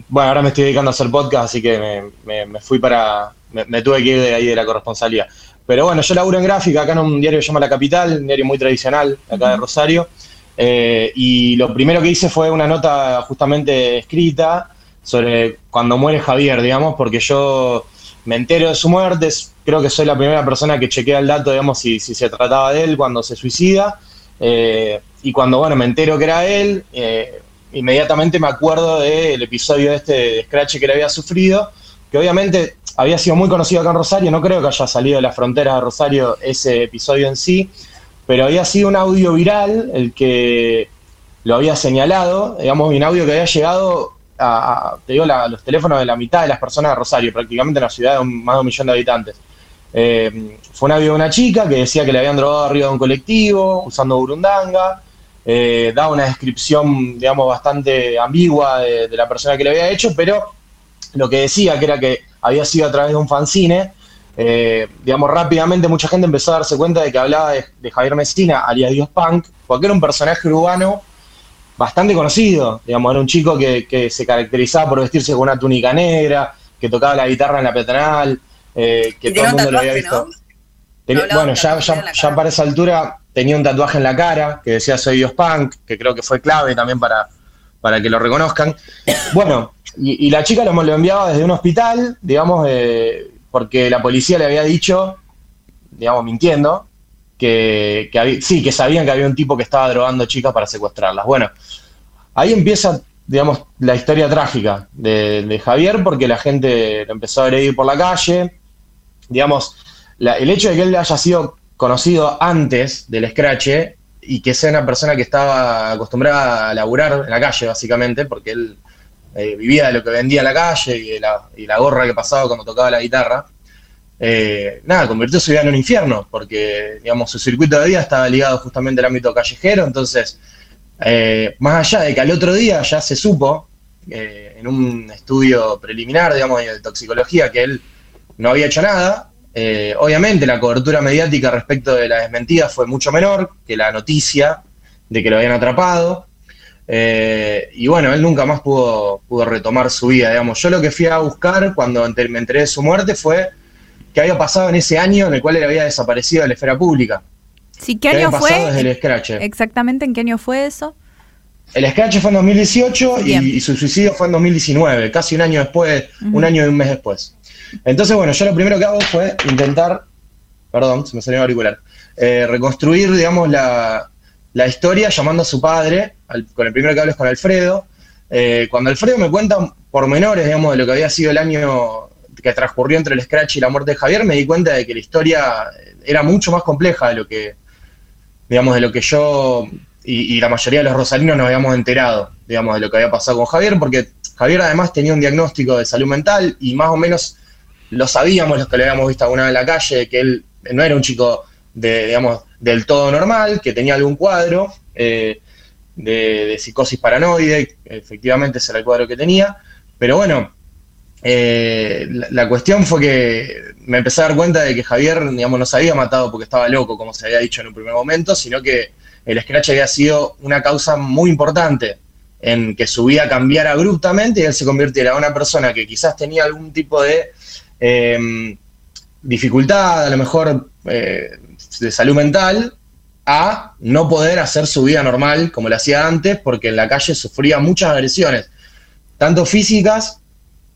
bueno, ahora me estoy dedicando a hacer podcast, así que me, me- me fui para. Me, me tuve que ir de ahí de la corresponsalía. Pero bueno, yo laburo en gráfica, acá en un diario que se llama La Capital, un diario muy tradicional, de acá de Rosario. Eh, y lo primero que hice fue una nota justamente escrita sobre cuando muere Javier, digamos, porque yo me entero de su muerte, es- creo que soy la primera persona que chequea el dato, digamos, si, si se trataba de él cuando se suicida. Eh, y cuando, bueno, me entero que era él, eh, inmediatamente me acuerdo del episodio este de escrache que le había sufrido, que obviamente había sido muy conocido acá en Rosario, no creo que haya salido de las fronteras de Rosario ese episodio en sí, pero había sido un audio viral el que lo había señalado, digamos, y un audio que había llegado a, a- te digo, la- los teléfonos de la mitad de las personas de Rosario, prácticamente en una ciudad de un- más de un millón de habitantes. Eh, fue un audio de una chica que decía que le habían drogado arriba de un colectivo, usando burundanga, eh, da una descripción, digamos, bastante ambigua de, de la persona que lo había hecho, pero lo que decía, que era que había sido a través de un fanzine, eh, digamos, rápidamente mucha gente empezó a darse cuenta de que hablaba de, de Javier Messina, alias Dios Punk, porque era un personaje urbano bastante conocido, digamos, era un chico que, que se caracterizaba por vestirse con una túnica negra, que tocaba la guitarra en la peatonal, eh, que Y todo tenía el un mundo lo había tatuaje, visto. ¿no? Tenía- Hablaba bueno, de ya, tatuaje ya- en la ya cara. para esa altura tenía un tatuaje en la cara que decía soy Dios Punk, que creo que fue clave también para, para que lo reconozcan. Bueno, y, y la chica lo, lo enviaba desde un hospital, digamos, eh, porque la policía le había dicho, digamos, mintiendo, que, que había- sí, que sabían que había un tipo que estaba drogando chicas para secuestrarlas. Bueno, ahí empieza, digamos, la historia trágica de, de Javier, porque la gente lo empezó a agredir por la calle, digamos, la- el hecho de que él haya sido conocido antes del scratch eh, y que sea una persona que estaba acostumbrada a laburar en la calle, básicamente, porque él eh, vivía de lo que vendía en la calle y de la, y la gorra que pasaba cuando tocaba la guitarra, eh, nada, convirtió su vida en un infierno, porque, digamos, su circuito de vida estaba ligado justamente al ámbito callejero, entonces, eh, más allá de que al otro día ya se supo, eh, en un estudio preliminar, digamos, de toxicología, que él no había hecho nada. Eh, obviamente la cobertura mediática respecto de la desmentida fue mucho menor que la noticia de que lo habían atrapado. Eh, y bueno, él nunca más pudo, pudo retomar su vida, digamos. Yo lo que fui a buscar cuando enter- me enteré de su muerte fue qué había pasado en ese año en el cual él había desaparecido de la esfera pública. Sí, ¿qué año había pasado desde fue? el scratch? Exactamente, ¿en qué año fue eso? El scratch fue en 2018 y, Bien. y su suicidio fue en 2019, casi un año después, un año y un mes después. Entonces, bueno, yo lo primero que hago fue intentar, perdón, se me salió el auricular, eh, reconstruir, digamos, la, la historia llamando a su padre, al- con el primero que hablo es con Alfredo. Eh, cuando Alfredo me cuenta pormenores, digamos, de lo que había sido el año que transcurrió entre el scratch y la muerte de Javier, me di cuenta de que la historia era mucho más compleja de lo que, digamos, de lo que yo y, y la mayoría de los rosarinos nos habíamos enterado, digamos, de lo que había pasado con Javier, porque Javier además tenía un diagnóstico de salud mental y más o menos lo sabíamos los que lo habíamos visto alguna vez en la calle, que él no era un chico de, digamos, del todo normal, que tenía algún cuadro eh, de, de psicosis paranoide, efectivamente ese era el cuadro que tenía, pero bueno, eh, la, la cuestión fue que me empecé a dar cuenta de que Javier, digamos, no se había matado porque estaba loco, como se había dicho en un primer momento, sino que el scratch había sido una causa muy importante en que su vida cambiara abruptamente y él se convirtiera en una persona que quizás tenía algún tipo de eh, dificultad, a lo mejor eh, de salud mental, a no poder hacer su vida normal como lo hacía antes, porque en la calle sufría muchas agresiones, tanto físicas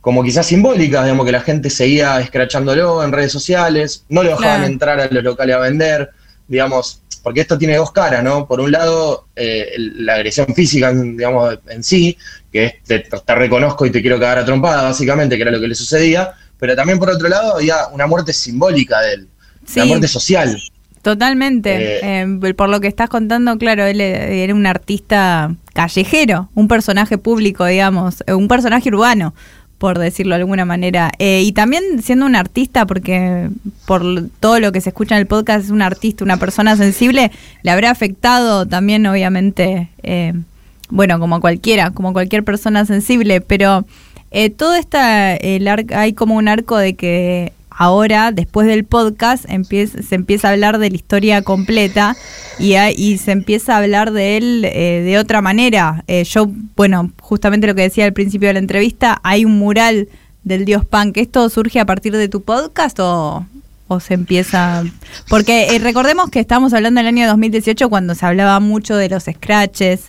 como quizás simbólicas, digamos que la gente seguía escrachándolo en redes sociales, no lo dejaban Claro. entrar a los locales a vender, digamos, porque esto tiene dos caras, ¿no? Por un lado, eh, el- la agresión física, digamos, en sí, que es te, te reconozco y te quiero cagar a trompada, básicamente, que era lo que le sucedía, pero también por otro lado había una muerte simbólica de él, una Sí. muerte social. Totalmente. Eh, por lo que estás contando, claro, él eh, era un artista callejero, un personaje público, digamos, eh, un personaje urbano, por decirlo de alguna manera. Eh, y también siendo un artista, porque por l- todo lo que se escucha en el podcast, es un artista, una persona sensible, le habrá afectado también, obviamente, eh, bueno, como a cualquiera, como a cualquier persona sensible, pero eh, todo está, el ar- hay como un arco de que ahora, después del podcast, empieza, se empieza a hablar de la historia completa y, a- y se empieza a hablar de él eh, de otra manera. Eh, yo, bueno, justamente lo que decía al principio de la entrevista, hay un mural del dios punk. ¿Esto surge a partir de tu podcast o...? O se empieza. Porque eh, recordemos que estamos hablando del año 2018 cuando se hablaba mucho de los scratches.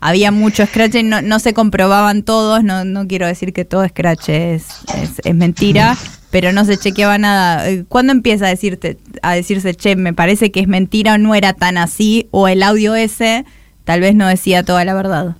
Había mucho scratch, no, no se comprobaban todos, no, no quiero decir que todo scratch es, es- es mentira, pero no se chequeaba nada. Eh, ¿Cuándo empieza a decirte, a decirse, che, me parece que es mentira o no era tan así? O el audio ese tal vez no decía toda la verdad.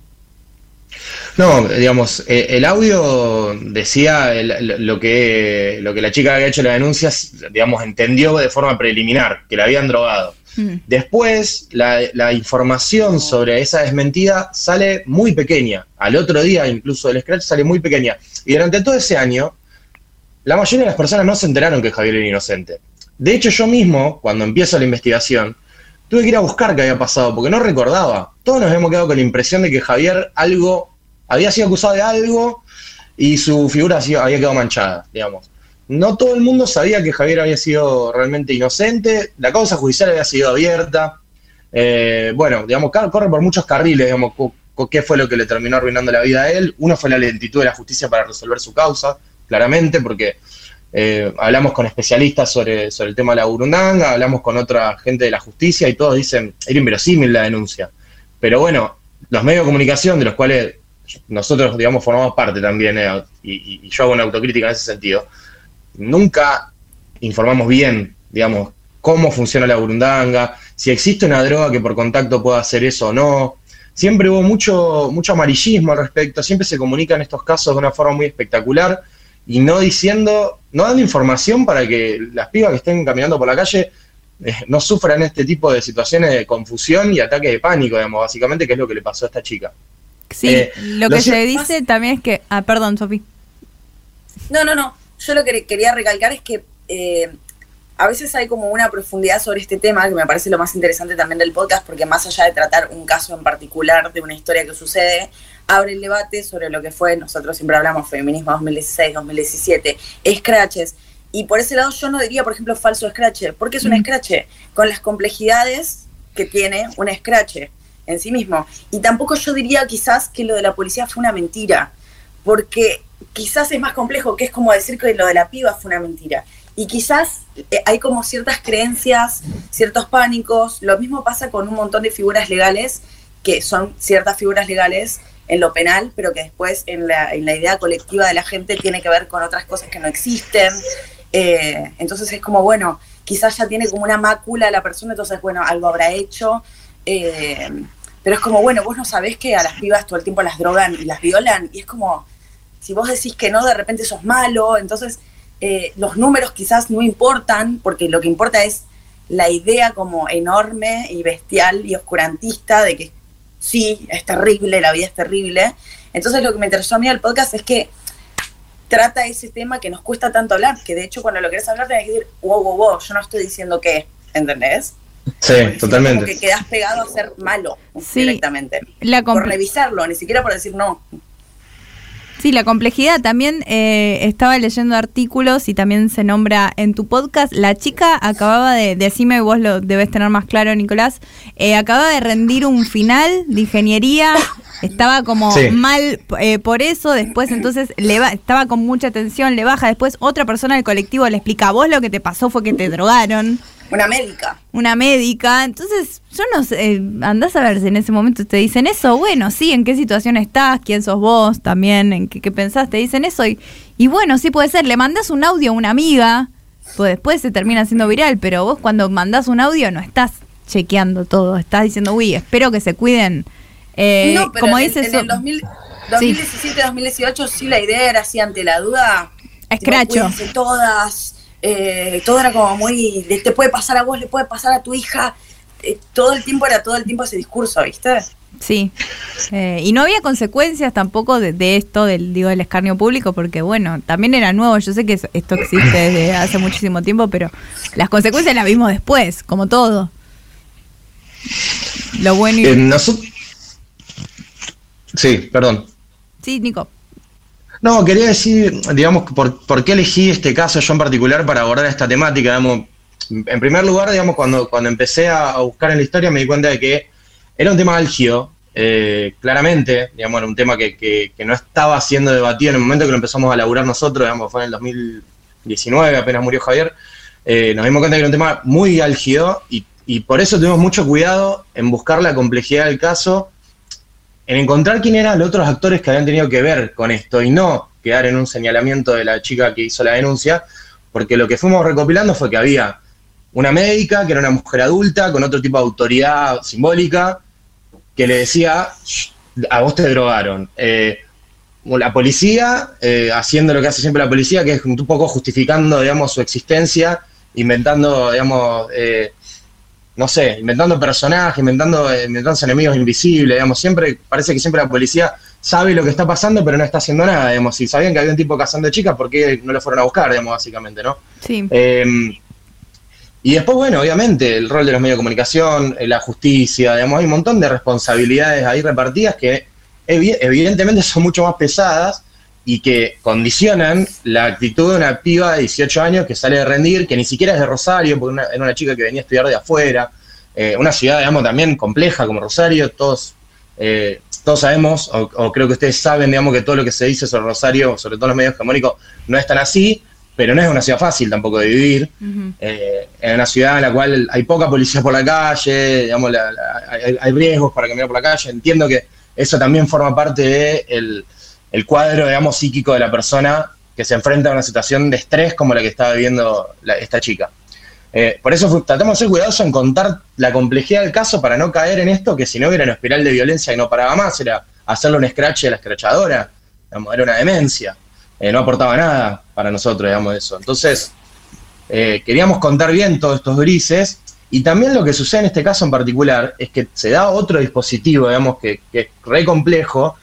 No, digamos, eh, el audio decía el- lo que, lo que la chica que había hecho la denuncia, digamos, entendió de forma preliminar, que la habían drogado. Mm. Después, la, la información sobre esa desmentida sale muy pequeña. Al otro día, incluso del scratch, sale muy pequeña. Y durante todo ese año, la mayoría de las personas no se enteraron que Javier era inocente. De hecho, yo mismo, cuando empiezo la investigación, tuve que ir a buscar qué había pasado, porque no recordaba. Todos nos hemos quedado con la impresión de que Javier algo había sido acusado de algo y su figura ha sido- había quedado manchada, digamos. No todo el mundo sabía que Javier había sido realmente inocente, la causa judicial había sido abierta. Eh, bueno, digamos, car- corre por muchos carriles, digamos, cu- cu- qué fue lo que le terminó arruinando la vida a él. Uno fue la lentitud de la justicia para resolver su causa, claramente, porque eh, hablamos con especialistas sobre, sobre el tema de la burundanga, hablamos con otra gente de la justicia y todos dicen, era inverosímil la denuncia. Pero bueno, los medios de comunicación, de los cuales nosotros, digamos, formamos parte también, eh, y, y- y yo hago una autocrítica en ese sentido, nunca informamos bien, digamos, cómo funciona la burundanga, si existe una droga que por contacto pueda hacer eso o no. Siempre hubo mucho, mucho amarillismo al respecto, siempre se comunican estos casos de una forma muy espectacular y no diciendo, no dando información para que las pibas que estén caminando por la calle eh, no sufran este tipo de situaciones de confusión y ataques de pánico, digamos, básicamente, que es lo que le pasó a esta chica. Sí, Eh, lo lo que cier- se dice también es que. Ah, perdón, Sofi. No, no, no. Yo lo que quería recalcar es que eh, a veces hay como una profundidad sobre este tema, que me parece lo más interesante también del podcast, porque más allá de tratar un caso en particular de una historia que sucede, abre el debate sobre lo que fue, nosotros siempre hablamos feminismo 2016, 2017, scratches. Y por ese lado yo no diría, por ejemplo, falso scratch, porque es un scratch con las complejidades que tiene un scratch en sí mismo. Y tampoco yo diría quizás que lo de la policía fue una mentira porque quizás es más complejo, que es como decir que lo de la piba fue una mentira. Y quizás eh, hay como ciertas creencias, ciertos pánicos. Lo mismo pasa con un montón de figuras legales, que son ciertas figuras legales en lo penal, pero que después en la, en la idea colectiva de la gente tiene que ver con otras cosas que no existen. Eh, entonces es como, bueno, quizás ya tiene como una mácula la persona, entonces, bueno, algo habrá hecho. Eh, pero es como, bueno, vos no sabés que a las pibas todo el tiempo las drogan y las violan. Y es como, si vos decís que no, de repente sos malo. Entonces, eh, los números quizás no importan, porque lo que importa es la idea como enorme y bestial y oscurantista de que sí, es terrible, la vida es terrible. Entonces, lo que me interesó a mí del podcast es que trata ese tema que nos cuesta tanto hablar, que de hecho cuando lo querés hablar tenés que decir, wow, wow, wow, yo no estoy diciendo que, ¿entendés? Sí, Como que quedás pegado a ser malo Sí. directamente. La Por comple- revisarlo, ni siquiera por decir no. Sí, la complejidad. También eh, estaba leyendo artículos y también se nombra en tu podcast. La chica acababa de, decime vos lo debes tener más claro, Nicolás, eh, acaba de rendir un final de ingeniería. Estaba como Sí. mal eh, por eso, después entonces le ba- estaba con mucha tensión, le baja, después otra persona del colectivo le explica, vos lo que te pasó fue que te drogaron, Una médica. una médica, entonces yo no sé, eh, andás a ver si en ese momento te dicen eso, bueno, sí, en qué situación estás, quién sos vos también, en qué, qué pensás, te dicen eso y, y bueno, sí puede ser, le mandás un audio a una amiga, pues después se termina haciendo viral, pero vos cuando mandás un audio no estás chequeando todo, estás diciendo, uy, espero que se cuiden. Eh, no, pero como en, dice en eso, el 2000 2017, 2018 sí la idea era así ante la duda. tipo, Escracho. cuídense todas. eh, todo era como muy, de- te puede pasar a vos, le puede pasar a tu hija. eh, todo el tiempo era todo el tiempo ese discurso, ¿viste? Sí. Eh, y no había consecuencias tampoco de, de esto, del, digo, del escarnio público, porque bueno, también era nuevo. Yo sé que es- esto existe desde hace muchísimo tiempo, pero las consecuencias las vimos después, como todo. Lo bueno y. Eh, noso- Sí, perdón. Sí, Nico. No, quería decir, digamos, por, por qué elegí este caso yo en particular para abordar esta temática. Digamos, en primer lugar, digamos, cuando, cuando empecé a, a buscar en la historia me di cuenta de que era un tema álgido, eh, claramente, digamos, era un tema que, que- que no estaba siendo debatido en el momento que lo empezamos a laburar nosotros, digamos, fue en el 2019, apenas murió Javier, eh, nos dimos cuenta que era un tema muy álgido y, y por eso tuvimos mucho cuidado en buscar la complejidad del caso, en encontrar quién eran los otros actores que habían tenido que ver con esto y no quedar en un señalamiento de la chica que hizo la denuncia, porque lo que fuimos recopilando fue que había una médica, que era una mujer adulta, con otro tipo de autoridad simbólica, que le decía, "Shh, a vos te drogaron. Eh, la policía, eh, haciendo lo que hace siempre la policía, que es un poco justificando, digamos, su existencia, inventando, digamos, eh, no sé, inventando personajes, inventando, eh, inventándose enemigos invisibles, digamos, siempre, parece que siempre la policía sabe lo que está pasando, pero no está haciendo nada, digamos, si sabían que había un tipo cazando chicas, ¿por qué no lo fueron a buscar, digamos, básicamente, no? Sí. Eh, y después, bueno, obviamente, el rol de los medios de comunicación, eh, la justicia, digamos, hay un montón de responsabilidades ahí repartidas que evi- evidentemente son mucho más pesadas y que condicionan la actitud de una piba de 18 años que sale de rendir, que ni siquiera es de Rosario, porque una- era una chica que venía a estudiar de afuera, eh, una ciudad, digamos, también compleja como Rosario, todos, eh, todos sabemos, o, o creo que ustedes saben, digamos, que todo lo que se dice sobre Rosario, sobre todo en los medios hegemónicos, no es tan así, pero no es una ciudad fácil tampoco de vivir, Ujú. eh, en una ciudad en la cual hay poca policía por la calle, digamos, la- la- hay, hay riesgos para caminar por la calle. Entiendo que eso también forma parte del el el cuadro, digamos, psíquico de la persona que se enfrenta a una situación de estrés como la que está viviendo la- esta chica. Eh, por eso fu- tratamos de ser cuidadosos en contar la complejidad del caso para no caer en esto, que si no hubiera una espiral de violencia y no paraba más, era hacerle un scratch a la escrachadora, digamos, era una demencia, Eh, no aportaba nada para nosotros, digamos, eso. Entonces, eh, queríamos contar bien todos estos grises y también lo que sucede en este caso en particular es que se da otro dispositivo, digamos, que, que es re complejo,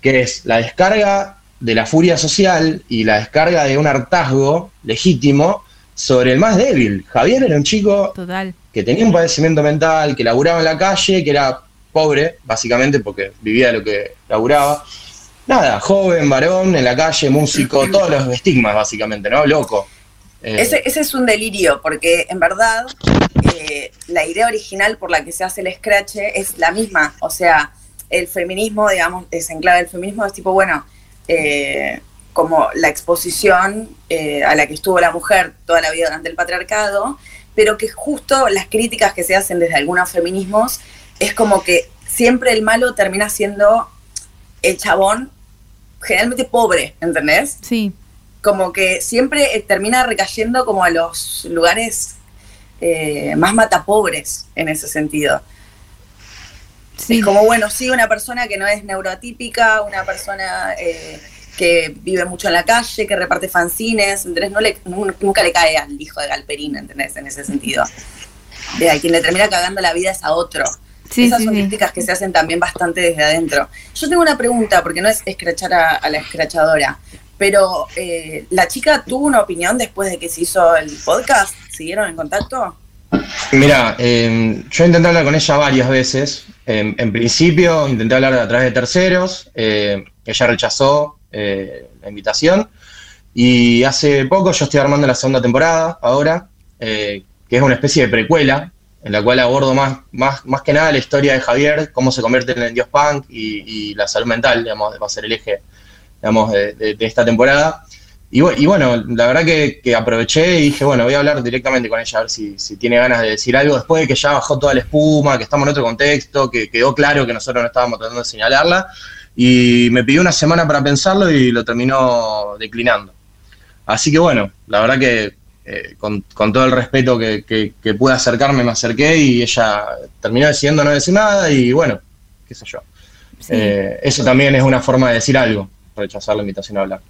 que es la descarga de la furia social y la descarga de un hartazgo legítimo sobre el más débil. Javier era un chico Total. que tenía un padecimiento mental, que laburaba en la calle, que era pobre, básicamente, porque vivía de lo que laburaba. Nada, joven, varón, en la calle, músico, todos los estigmas, básicamente, ¿no? Loco. Eh, Ese, ese es un delirio, porque en verdad eh, la idea original por la que se hace el scratch es la misma. O sea, el feminismo, digamos, desenclave del feminismo es tipo, bueno, eh, como la exposición eh, a la que estuvo la mujer toda la vida durante el patriarcado, pero que justo las críticas que se hacen desde algunos feminismos es como que siempre el malo termina siendo el chabón generalmente pobre, ¿entendés? Sí. como que siempre eh, termina recayendo como a los lugares eh, más matapobres en ese sentido. Sí. Es como, bueno, sí, una persona que no es neurotípica, una persona eh, que vive mucho en la calle, que reparte fanzines, ¿entendés? No le, nu- nunca le cae al hijo de Galperín, ¿entendés? En ese sentido. De a quien le termina cagando la vida es a otro. Sí, Esas sí, son sí. críticas que se hacen también bastante desde adentro. Yo tengo una pregunta, porque no es escrachar a, a la escrachadora, pero eh, ¿la chica tuvo una opinión después de que se hizo el podcast? ¿Siguieron en contacto? Mira, eh, yo intenté hablar con ella varias veces. Em, En, en principio intenté hablar a través de terceros. eh, ella rechazó eh, la invitación. Y hace poco yo estoy armando la segunda temporada ahora, eh, que es una especie de precuela, en la cual abordo más, más, más que nada la historia de Javier, cómo se convierte en el dios punk y, y la salud mental, digamos, va a ser el eje digamos, de, de- de esta temporada. Y, bu- y bueno, la verdad que, que aproveché y dije, bueno, voy a hablar directamente con ella, a ver si, si tiene ganas de decir algo, después de que ya bajó toda la espuma, que estamos en otro contexto, que quedó claro que nosotros no estábamos tratando de señalarla, y me pidió una semana para pensarlo y lo terminó declinando. Así que bueno, la verdad que eh, con, con todo el respeto que, que- que pude acercarme, me acerqué y ella terminó decidiendo no decir nada y bueno, qué sé yo. Sí. Eh, eso también es una forma de decir algo, rechazar la invitación a hablar.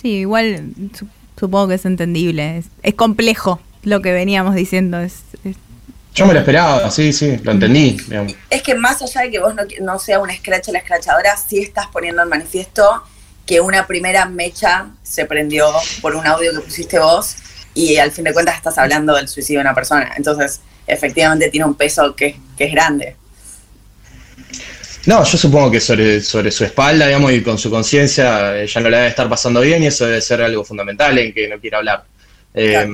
Sí, igual su- supongo que es entendible. Es, es complejo lo que veníamos diciendo. Es, es- Yo me lo esperaba, sí, sí, lo entendí. digamos. Es que más allá de que vos no, qui- no sea una escracha o la escrachadora, sí estás poniendo en manifiesto que una primera mecha se prendió por un audio que pusiste vos y al fin de cuentas estás hablando del suicidio de una persona. Entonces, efectivamente tiene un peso que, que es grande. No, yo supongo que sobre, sobre su espalda, digamos, y con su conciencia, ella no la debe estar pasando bien y eso debe ser algo fundamental en que no quiera hablar. Eh,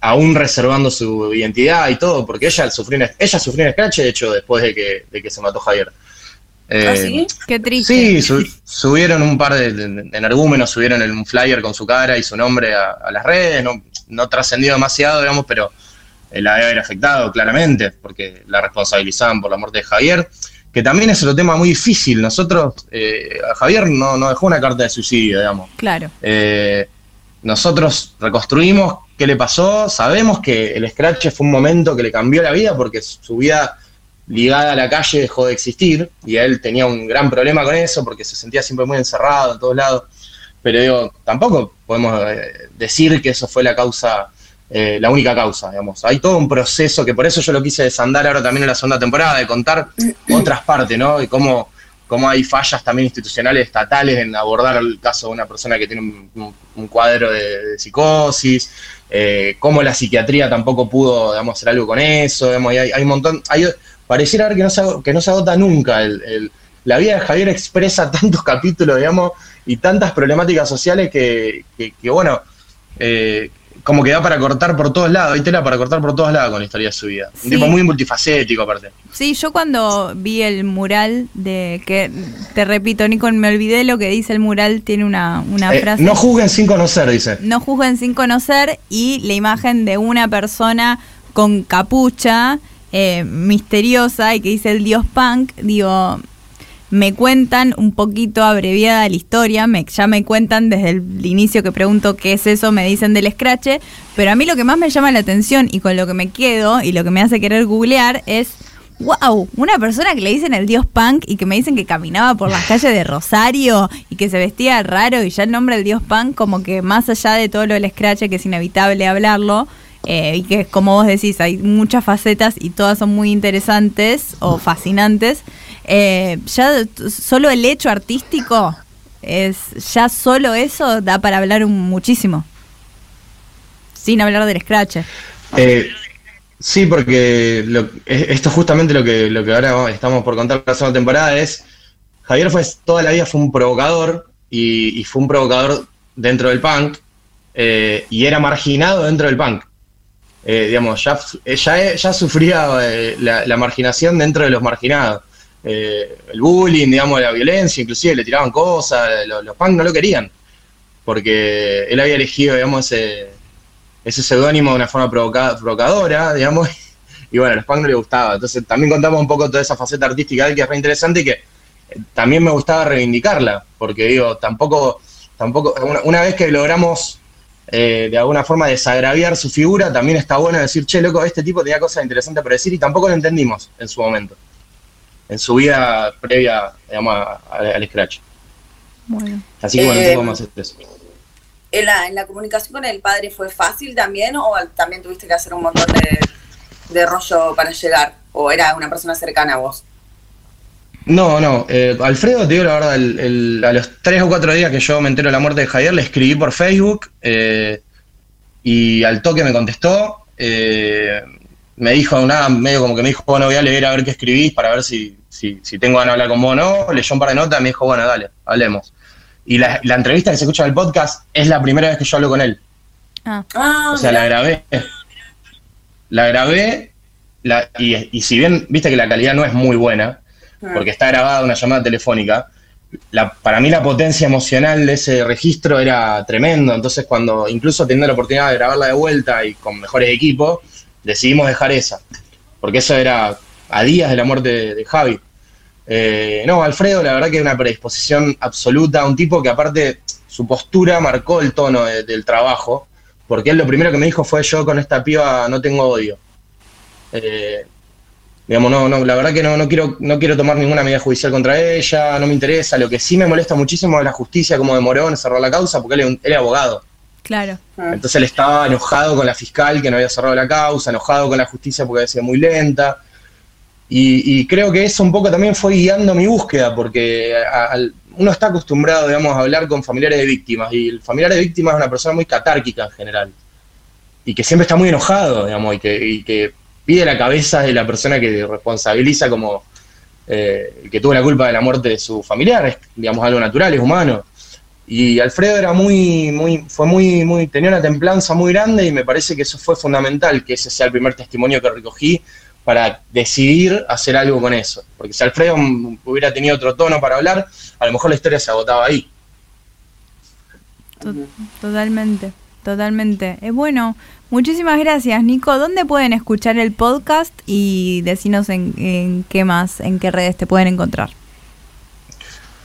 Aún reservando su identidad y todo, porque ella sufrió un, ella sufrió un escrache, de hecho, después de que, de que se mató Javier. Eh, ¿Ah, sí? Qué triste. Sí, su- subieron un par de, de- energúmenos, subieron el- un flyer con su cara y su nombre a, a las redes, no, no trascendió demasiado, digamos, pero eh, la debe haber afectado claramente, porque la responsabilizaban por la muerte de Javier, que también es otro tema muy difícil. Nosotros, eh, a Javier no, no dejó una carta de suicidio, digamos. Claro. Eh, nosotros reconstruimos qué le pasó, sabemos que el scratch fue un momento que le cambió la vida porque su vida ligada a la calle dejó de existir y él tenía un gran problema con eso porque se sentía siempre muy encerrado en todos lados. Pero digo, tampoco podemos eh, decir que eso fue la causa, eh, la única causa, digamos. Hay todo un proceso que por eso yo lo quise desandar ahora también en la segunda temporada, de contar otras partes, ¿no? Y cómo, cómo hay fallas también institucionales, estatales, en abordar el caso de una persona que tiene un, un- un cuadro de, de psicosis, eh, cómo la psiquiatría tampoco pudo, digamos, hacer algo con eso, digamos, y hay, hay un montón, hay, pareciera haber que no se, ag- que no se agota nunca el- el- la vida de Javier expresa tantos capítulos, digamos, y tantas problemáticas sociales que, que- que, bueno, eh, como que da para cortar por todos lados, hay tela para cortar por todos lados con la historia de su vida. Sí. Un tipo muy multifacético, aparte. Sí, yo cuando vi el mural de que, te repito, Nico, me olvidé lo que dice el mural, tiene una, una Eh, frase. no juzguen sin conocer, dice. No juzguen sin conocer y la imagen de una persona con capucha eh, misteriosa y que dice el dios punk, digo, me cuentan un poquito abreviada la historia, me, ya me cuentan desde el inicio que pregunto qué es eso, me dicen del escrache, pero a mí lo que más me llama la atención y con lo que me quedo y lo que me hace querer googlear es, wow, una persona que le dicen el dios punk y que me dicen que caminaba por las calles de Rosario y que se vestía raro y ya el nombre del dios punk como que más allá de todo lo del escrache que es inevitable hablarlo. eh, y que como vos decís, hay muchas facetas y todas son muy interesantes o fascinantes. Eh, ya t- solo el hecho artístico es ya solo eso da para hablar un- muchísimo. Sin hablar del scratch. Eh, sí, porque lo- e- esto es justamente lo que, lo que ahora estamos por contar la segunda temporada es, Javier fue, toda la vida fue un provocador y, y fue un provocador dentro del punk eh, y era marginado dentro del punk. Eh, digamos, ya, ya, ya sufría eh, la, la marginación dentro de los marginados. Eh, el bullying, digamos, la violencia, inclusive le tiraban cosas, lo- los, punk no lo querían, porque él había elegido, digamos, ese, ese seudónimo de una forma provoca- provocadora, digamos, y bueno, a los punk no le gustaba. Entonces también contamos un poco toda esa faceta artística de él que es re interesante y que eh, también me gustaba reivindicarla, porque digo, tampoco, tampoco, una, una vez que logramos eh, de alguna forma desagraviar su figura, también está bueno decir, che, loco, este tipo tenía cosas interesantes para decir y tampoco lo entendimos en su momento, en su vida previa, digamos, a- a- al scratch. Bueno. Así que bueno, un Eh, poco más estrés. ¿En la, en la comunicación con el padre fue fácil también o también tuviste que hacer un montón de, de rollo para llegar? ¿O era una persona cercana a vos? No, no. eh, Alfredo, te digo la verdad, el- el- a los tres o cuatro días que yo me entero de la muerte de Javier, le escribí por Facebook eh, y al toque me contestó. eh, me dijo nada, medio como que me dijo, bueno, voy a leer a ver qué escribís para ver si, si, si tengo ganas de hablar con vos o no. Leyó un par de notas, me dijo, bueno, dale, hablemos. Y la, la entrevista que se escucha en el podcast es la primera vez que yo hablo con él. Ah, Ah, O sea, la mirá. grabé. La grabé. la- y, y si bien viste que la calidad no es muy buena, porque está grabada una llamada telefónica, la- para mí la potencia emocional de ese registro era tremendo. Entonces, cuando incluso teniendo la oportunidad de grabarla de vuelta y con mejores equipos, decidimos dejar esa. Porque eso era a días de la muerte de, de Javi. Eh, no, Alfredo, la verdad que una predisposición absoluta, un tipo que aparte su postura marcó el tono de- del trabajo, porque él lo primero que me dijo fue yo con esta piba no tengo odio. Eh, digamos, no, no, la verdad que no, no quiero, no quiero tomar ninguna medida judicial contra ella, no me interesa, lo que sí me molesta muchísimo es la justicia como demoró en cerrar la causa, porque él es, un- él es abogado. claro. Mm. Entonces él estaba enojado con la fiscal que no había cerrado la causa, enojado con la justicia porque había sido muy lenta. Y, y creo que eso un poco también fue guiando mi búsqueda, porque a- al- uno está acostumbrado, digamos, a hablar con familiares de víctimas, y el familiar de víctimas es una persona muy catárquica en general, y que siempre está muy enojado, digamos, y que, y que pide la cabeza de la persona que responsabiliza como, eh, el que tuvo la culpa de la muerte de su familiar, es digamos algo natural, es humano. Y Alfredo era muy, muy, fue muy, muy, tenía una templanza muy grande y me parece que eso fue fundamental, que ese sea el primer testimonio que recogí para decidir hacer algo con eso. Porque si Alfredo mm, hubiera tenido otro tono para hablar, a lo mejor la historia se agotaba ahí. To- Totalmente, totalmente. Es bueno. Muchísimas gracias, Nico. ¿Dónde pueden escuchar el podcast y decinos en, en qué más, en qué redes te pueden encontrar?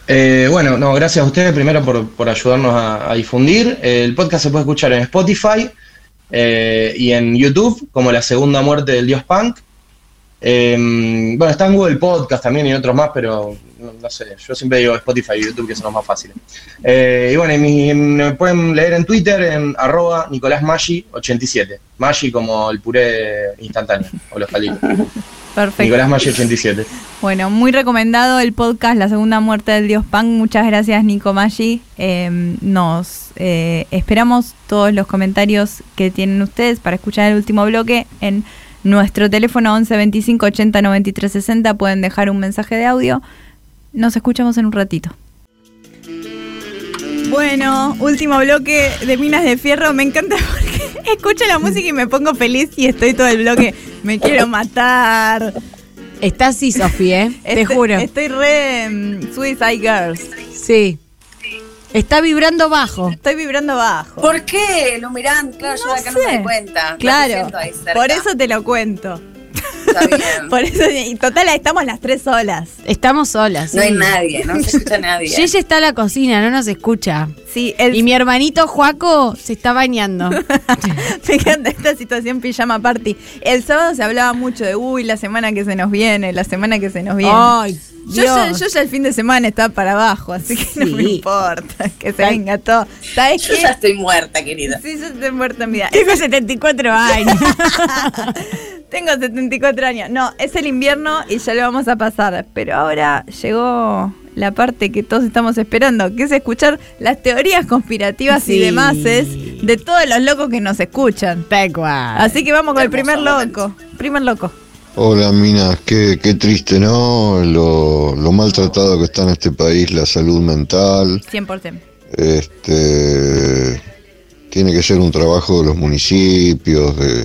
Eh, bueno, no, gracias a ustedes primero por, por ayudarnos a, a difundir. Eh, el podcast se puede escuchar en Spotify eh, y en YouTube, como La Segunda Muerte del Dios Punk. Eh, bueno, está en Google Podcast también y en otros más, pero no, no sé, yo siempre digo Spotify y YouTube, que son los más fáciles. Eh, y bueno, y mi- me pueden leer en Twitter en arroba Nicolás Maggi 87. Maggi como el puré instantáneo, o los calitos. Perfecto. Nicolás Maggi 87. Bueno, muy recomendado el podcast La Segunda Muerte del Dios Punk. Muchas gracias, Nico Maggi. Eh, nos eh, esperamos todos los comentarios que tienen ustedes para escuchar el último bloque en nuestro teléfono 11 25 80 93 60. Pueden dejar un mensaje de audio. Nos escuchamos en un ratito. Bueno, último bloque de Minas de Fierro. Me encanta porque escucho la música y me pongo feliz y estoy todo el bloque. Me quiero matar. Está así, Sofía, ¿eh? te Estoy- juro. Este, Estoy re mm, Suicide Girls. Sí. Está vibrando bajo. Estoy vibrando bajo. ¿Por qué? Lo miran, claro, yo No de acá no me sé. doy cuenta. Lo claro. siento ahí cerca. Por eso te lo cuento. Está bien. Por eso, y total, estamos las tres solas. Estamos solas. No hay sí. nadie, no se escucha nadie. Yeye está en la cocina, no nos escucha. Sí, el, Y mi hermanito Juaco se está bañando. me encanta esta situación pijama party. El sábado se hablaba mucho de, uy, la semana que se nos viene, la semana que se nos viene. Ay, yo, ya, Dios. yo ya el fin de semana estaba para abajo, así que no me Sí. importa que se Tal- venga todo. ¿Sabes Yo qué? ya estoy muerta, querida. Sí, yo estoy muerta en vida. Tengo 74 años. Tengo 74 años. No, es el invierno y ya lo vamos a pasar. Pero ahora llegó la parte que todos estamos esperando, que es escuchar las teorías conspirativas y Sí. demás de todos los locos que nos escuchan. Tal cual. Así que vamos con el Hermoso primer momento. loco. Primer loco. Hola minas, qué, qué triste, ¿no? Lo, lo maltratado que está en este país la salud mental. 100%. Este, tiene que ser un trabajo de los municipios, de,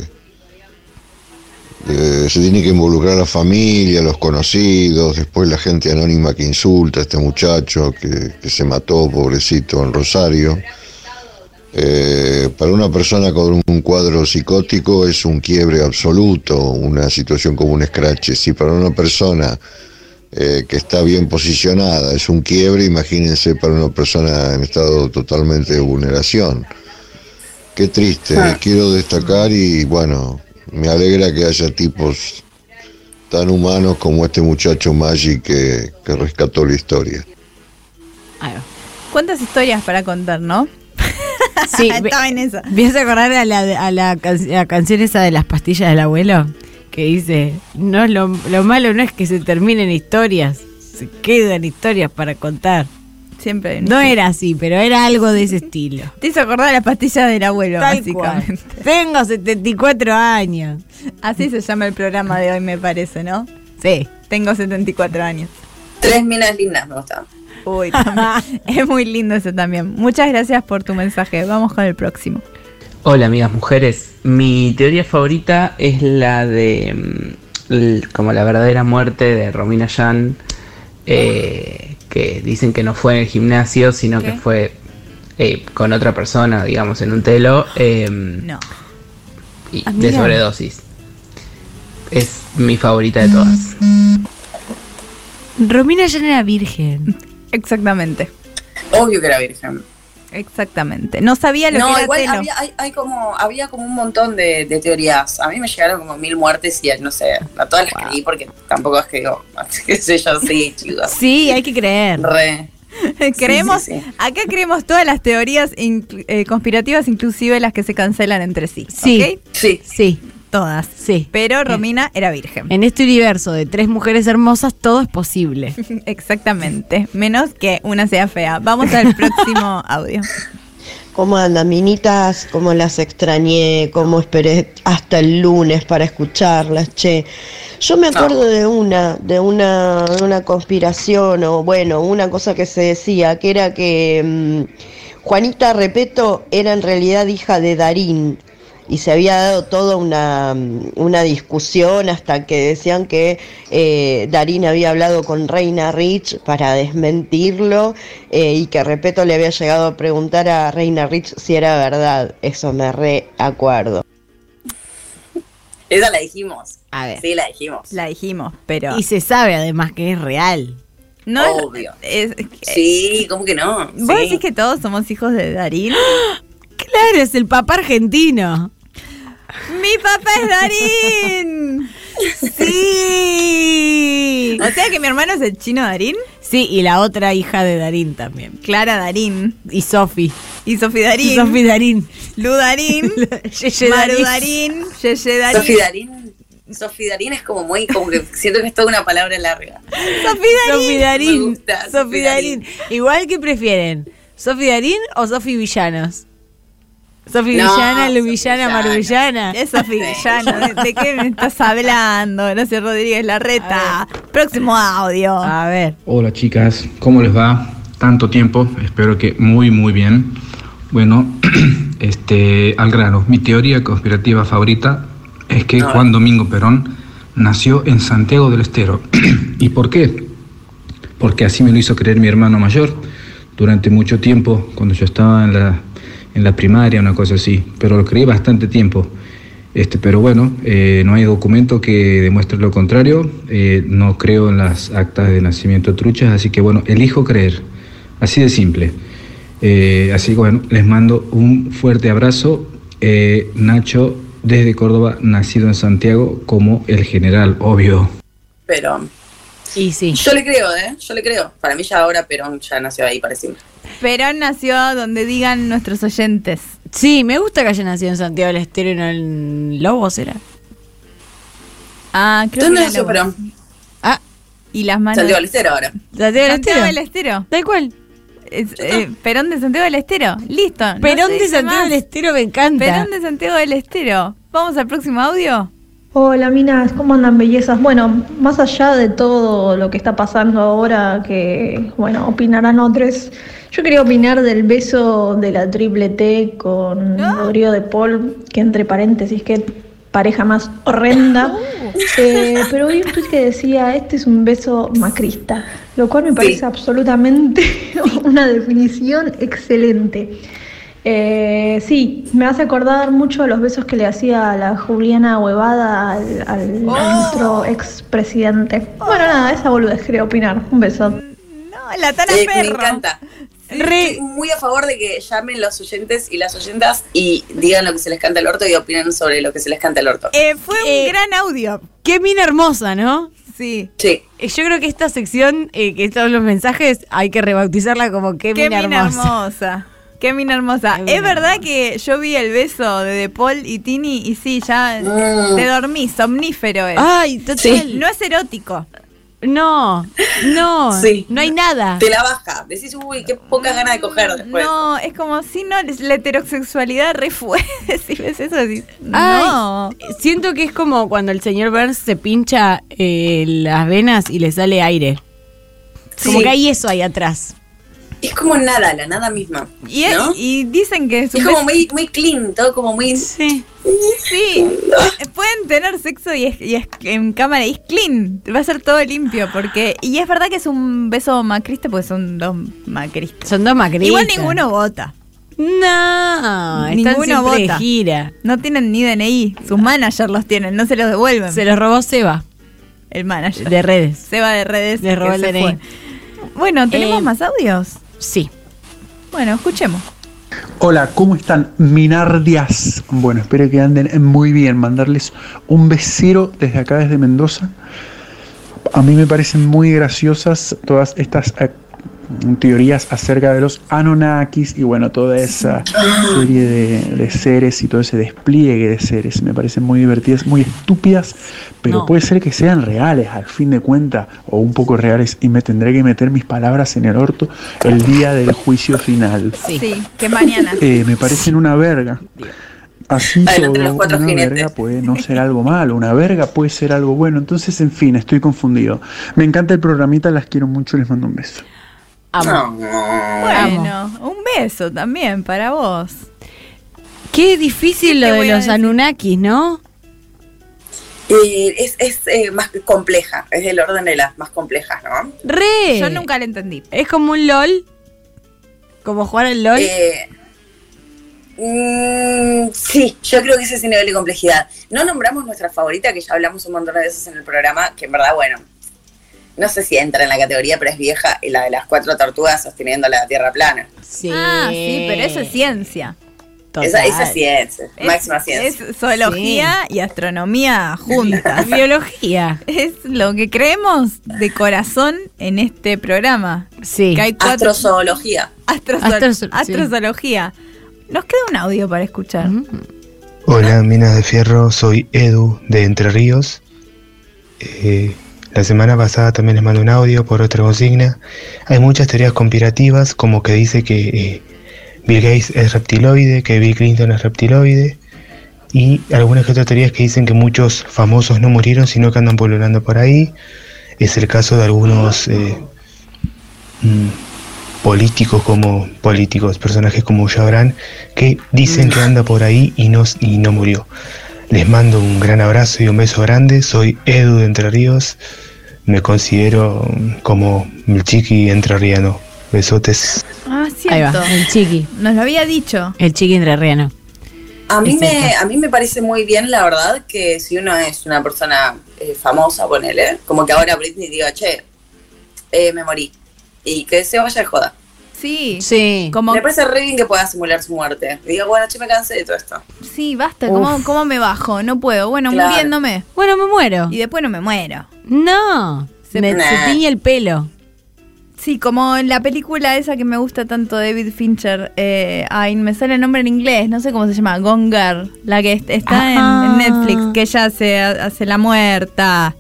de- se tiene que involucrar la familia, los conocidos, después la gente anónima que insulta a este muchacho que, que se mató, pobrecito, en Rosario. Eh, para una persona con un cuadro psicótico es un quiebre absoluto, una situación como un escrache. Si para una persona eh, que está bien posicionada es un quiebre, imagínense para una persona en estado totalmente de vulneración. Qué triste, quiero destacar y bueno, me alegra que haya tipos tan humanos como este muchacho Maggi que- que rescató la historia. Ahí va. ¿Cuántas historias para contar, no? Sí, ve- Estaba en esa. ¿Ves a acordar a la, a la can- la canción esa de las pastillas del abuelo? Que dice, no es lo, lo malo no es que se terminen historias, se quedan historias para contar. Siempre. hay una No historia. era así, pero era algo de ese estilo. Te hizo acordar las pastillas del abuelo, Tal básicamente. cual. Tengo 74 años. Así se llama el programa de hoy, me parece, ¿no? Sí. Tengo 74 años. Tres minas lindas me gustaban. Uy, también. es muy lindo eso también. Muchas gracias por tu mensaje. Vamos con el próximo. Hola amigas mujeres, mi teoría favorita es la de mm, l- como la verdadera muerte de Romina Yan, eh, que dicen que no fue en el gimnasio, sino que ¿Qué? fue eh, con otra persona, digamos, en un telo, eh, No. y Ah, de mira. sobredosis. Es mi favorita de todas. Romina ya no era virgen. Exactamente. Obvio que era virgen. Exactamente. No sabía lo que No, era igual telo. había, hay, hay como, había como un montón de, de teorías. A mí me llegaron como mil muertes y no sé, a todas las creí porque tampoco es que digo, qué sé yo, sí, chicos. Sí, hay que creer. Re. creemos, Sí, sí, sí. acá creemos todas las teorías inclu- eh, conspirativas, inclusive las que se cancelan entre sí. Sí. ¿ok? Sí, Sí, Todas. sí. Pero Romina era virgen. Eh, En este universo de tres mujeres hermosas todo es posible. Exactamente. Menos que una sea fea. Vamos al próximo audio. ¿Cómo andan, minitas? ¿Cómo las extrañé? ¿Cómo esperé hasta el lunes para escucharlas? Che, yo me acuerdo de una, de una, de una conspiración o bueno, una cosa que se decía, que era que mm, Juanita Repeto era en realidad hija de Darín y se había dado toda una, mm, una discusión hasta que decían que eh, Darín había hablado con Reina Rich para desmentirlo eh, y que Repeto le había llegado a preguntar a Reina Rich si era verdad. Eso me reacuerdo. Esa la dijimos. A ver. Sí, la dijimos. La dijimos, pero. Y se sabe además que es real. no es- Obvio. es- Sí, ¿cómo que no? ¿Vos Sí. decís que todos somos hijos de Darín? Claro, es el papá argentino. ¡Mi papá es Darín! ¡Sí! O sea que mi hermano es el chino Darín, Sí, y la otra hija de Darín también. Clara Darín Y Sofi. y Sofi Darín, Sofi Darín. Lu Darín, Yeye Maru Darín. Darín, Yeye Darín, Sofi Darín. Sofi Darín es como muy, como que siento que es toda una palabra larga. Sofi Sofi Darín. Me Darín. gusta, Sofi Sofi Darín. Igual que prefieren, Sofi Darín o Sofi Villanos. Sofi No, Villana, Lu Sofi Villana, Villano. Maru Villana. Es Sofi Sí. Villano, ¿de- ¿de qué me estás hablando? Gracias Rodríguez Larreta. Próximo audio. A ver. Hola chicas, ¿cómo les va? Tanto tiempo, espero que muy muy bien. Bueno, este, al grano, mi teoría conspirativa favorita es que A ver. Juan Domingo Perón nació en Santiago del Estero. ¿Y por qué? Porque así me lo hizo creer mi hermano mayor durante mucho tiempo, cuando yo estaba en la, en la primaria, una cosa así, pero lo creí bastante tiempo. Este, pero bueno, eh, no hay documento que demuestre lo contrario. eh, no creo en las actas de nacimiento truchas, así que bueno, elijo creer. Así de simple. Eh, así que bueno, les mando un fuerte abrazo. Eh, Nacho, desde Córdoba, nacido en Santiago, como el general, obvio. Pero Y sí. yo le creo, ¿eh? Yo le creo. Para mí ya ahora Perón ya nació ahí para siempre. Perón nació donde digan nuestros oyentes. Sí, me gusta que haya nacido en Santiago del Estero y no en Lobos, ¿era? Ah, creo ¿Dónde que era nació la- Perón? Ah, Y las manos. Santiago del Estero ahora. Santiago del Estero. Santiago del Estero. Tal cual. Es, eh, Perón de Santiago del Estero. Listo. no Perón se de dice Santiago más. del Estero me encanta. Perón de Santiago del Estero. Vamos al próximo audio. Hola minas, ¿cómo andan bellezas? Bueno, más allá de todo lo que está pasando ahora, que bueno, opinarán otros, yo quería opinar del beso de la triple T con Rodrigo de Paul, que entre paréntesis, que pareja más horrenda. Eh, pero vi un tweet que decía, este es un beso macrista, lo cual me parece absolutamente una definición excelente. Eh, sí, me hace acordar mucho a los besos que le hacía a la Juliana Huevada al, al- a nuestro expresidente. Bueno, nada, esa boludez quería opinar. Un beso. No, la tana Eh, me perro. encanta. Estoy muy a favor de que llamen los oyentes y las oyentas y digan lo que se les canta el orto y opinen sobre lo que se les canta el orto. Eh, fue Eh, un gran audio. Qué mina hermosa, ¿no? Sí. Sí. Eh, Yo creo que esta sección, eh, que todos los mensajes, hay que rebautizarla como qué, Qué mina, mina hermosa. hermosa. Qué mina hermosa. Qué es mina verdad que yo vi el beso de De Paul y Tini y sí, ya Mm. te dormí, somnífero es. Ay, total. No es erótico. No, no, Ah, Sí. no hay nada. Te la baja. Decís, uy, qué pocas ganas de coger después. No, es como si no, es la heterosexualidad re fue. si ves eso, decís, Ay, no. Siento que es como cuando el señor Burns se pincha eh, las venas y le sale aire. Como Sí. que hay eso ahí atrás. Es como nada, la nada misma. Y, es- ¿no? y dicen que es un es como muy, muy clean, todo como muy. Sí. beso- sí, pueden tener sexo y es, y es en cámara y es clean, va a ser todo limpio porque y es verdad que es un beso macrista porque son dos macristas. Son dos macristas. Igual ninguno vota. No, están Ninguno siempre de vota. gira. No tienen ni DNI, sus managers los tienen, no se los devuelven. Se los robó Seba el manager de redes. se va de redes. Le robó que el se DNI. fue. Bueno, tenemos Eh, más audios. Sí. Bueno, escuchemos. Hola, ¿cómo están? Minardias. Bueno, espero que anden muy bien. Mandarles un besero desde acá, desde Mendoza. A mí me parecen muy graciosas todas estas eh, teorías acerca de los Anunnakis y bueno, toda esa serie de, de seres y todo ese despliegue de seres. Me parecen muy divertidas, muy estúpidas, pero No. puede ser que sean reales al fin de cuenta o un poco reales y me tendré que meter mis palabras en el orto el día del juicio final. Sí. que mañana. Eh, me parecen una verga. Así Adelante todo, los cuatro una jinetes. verga puede no ser algo malo, una verga puede ser algo bueno. Entonces, en fin, estoy confundido. Me encanta el programita, las quiero mucho, les mando un beso. Amo. Bueno, un beso también para vos. Qué difícil ¿Qué lo te voy de a los decir? Anunnakis, ¿no? Eh, es es eh, más compleja, es del orden de las más complejas, ¿no? Re. Yo nunca la entendí. Es como un LOL. Como jugar al LOL. Eh, mm, sí, yo creo que ese es el nivel de complejidad. No nombramos nuestra favorita, que ya hablamos un montón de veces en el programa, que en verdad, bueno, no sé si entra en la categoría, pero es vieja, la de las cuatro tortugas sosteniendo la tierra plana. sí. Ah, sí, pero eso es ciencia. Total. Esa, esa es ciencia, Es- máxima ciencia. Es zoología y astronomía juntas. Ah, Biología. es lo que creemos de corazón en este programa. Sí. Que hay cuatro Astrozoología. astrozol- Astrozol- sí. astrozoología. Nos queda un audio para escuchar. Hola, Minas de Fierro, soy Edu de Entre Ríos. Eh, la semana pasada también les mandé un audio por otra consigna. Hay muchas teorías conspirativas, como que dice que eh, Bill Gates es reptiloide, que Bill Clinton es reptiloide, y algunas que otras teorías que dicen que muchos famosos no murieron, sino que andan pululando por ahí. Es el caso de algunos eh, mm, políticos como políticos, personajes como Jabrán, que dicen que anda por ahí y no, y no murió. Les mando un gran abrazo y un beso grande. Soy Edu de Entre Ríos. Me considero mm, como el chiqui entrerriano. Besotes. Ah, Ahí cierto. va. El chiqui. Nos lo había dicho. El chiqui entrerriano. A mí, Exacto. me, a mí me parece muy bien, la verdad, que si uno es una persona eh, famosa, ponele, como que ahora Britney diga, che, eh, me morí. Y que se vaya de joda. Sí. Sí. Como, Me parece re bien que pueda simular su muerte. Diga, bueno, che, me cansé de todo esto. sí, basta. ¿Cómo, ¿Cómo me bajo? No puedo. Bueno, Claro. muriéndome. Bueno, me muero. Y después no me muero. No. Se me Nah. se tiñe el pelo. Sí, como en la película esa que me gusta tanto de David Fincher. eh, ay, me sale el nombre en inglés, no sé cómo se llama. Gonger, la que est- está en- Ah. en, Netflix, que ella se ha- hace la muerta.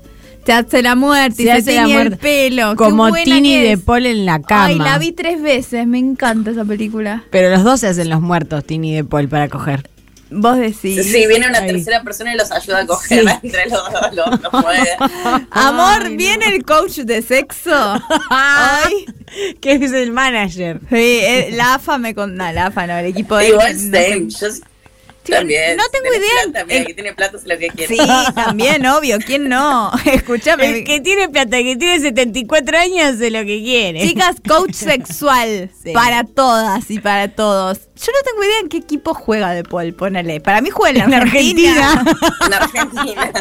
Se hace la muerte y Se se, hace la tiñe el muerta. pelo. Qué Como buena Tini que de es. Paul en la cama. Ay, la vi tres veces, me encanta esa película. Pero los dos se hacen los muertos, Tini de Paul, para coger. Vos Sí, decís. viene una Ahí. tercera persona y los ayuda a coger Sí. entre los dos, los, los mueve. Amor, Ay, no. ¿viene el coach de sexo? Ay. Que es el manager. Sí, eh, la AFA me con... No, la AFA no, el equipo de... Igual, no sé. same. Yo también. no tengo Tenés idea. Plata, mira, El- que tiene plata, es lo que quiere. Sí, también, obvio, ¿quién no? Escúchame. El que tiene plata, el que tiene 74 años, hace lo que quiere. Chicas, coach sexual Sí. para todas y para todos. Yo no tengo idea en qué equipo juega De Paul, ponele. Para mí juega en, En Argentina. Argentina. En Argentina.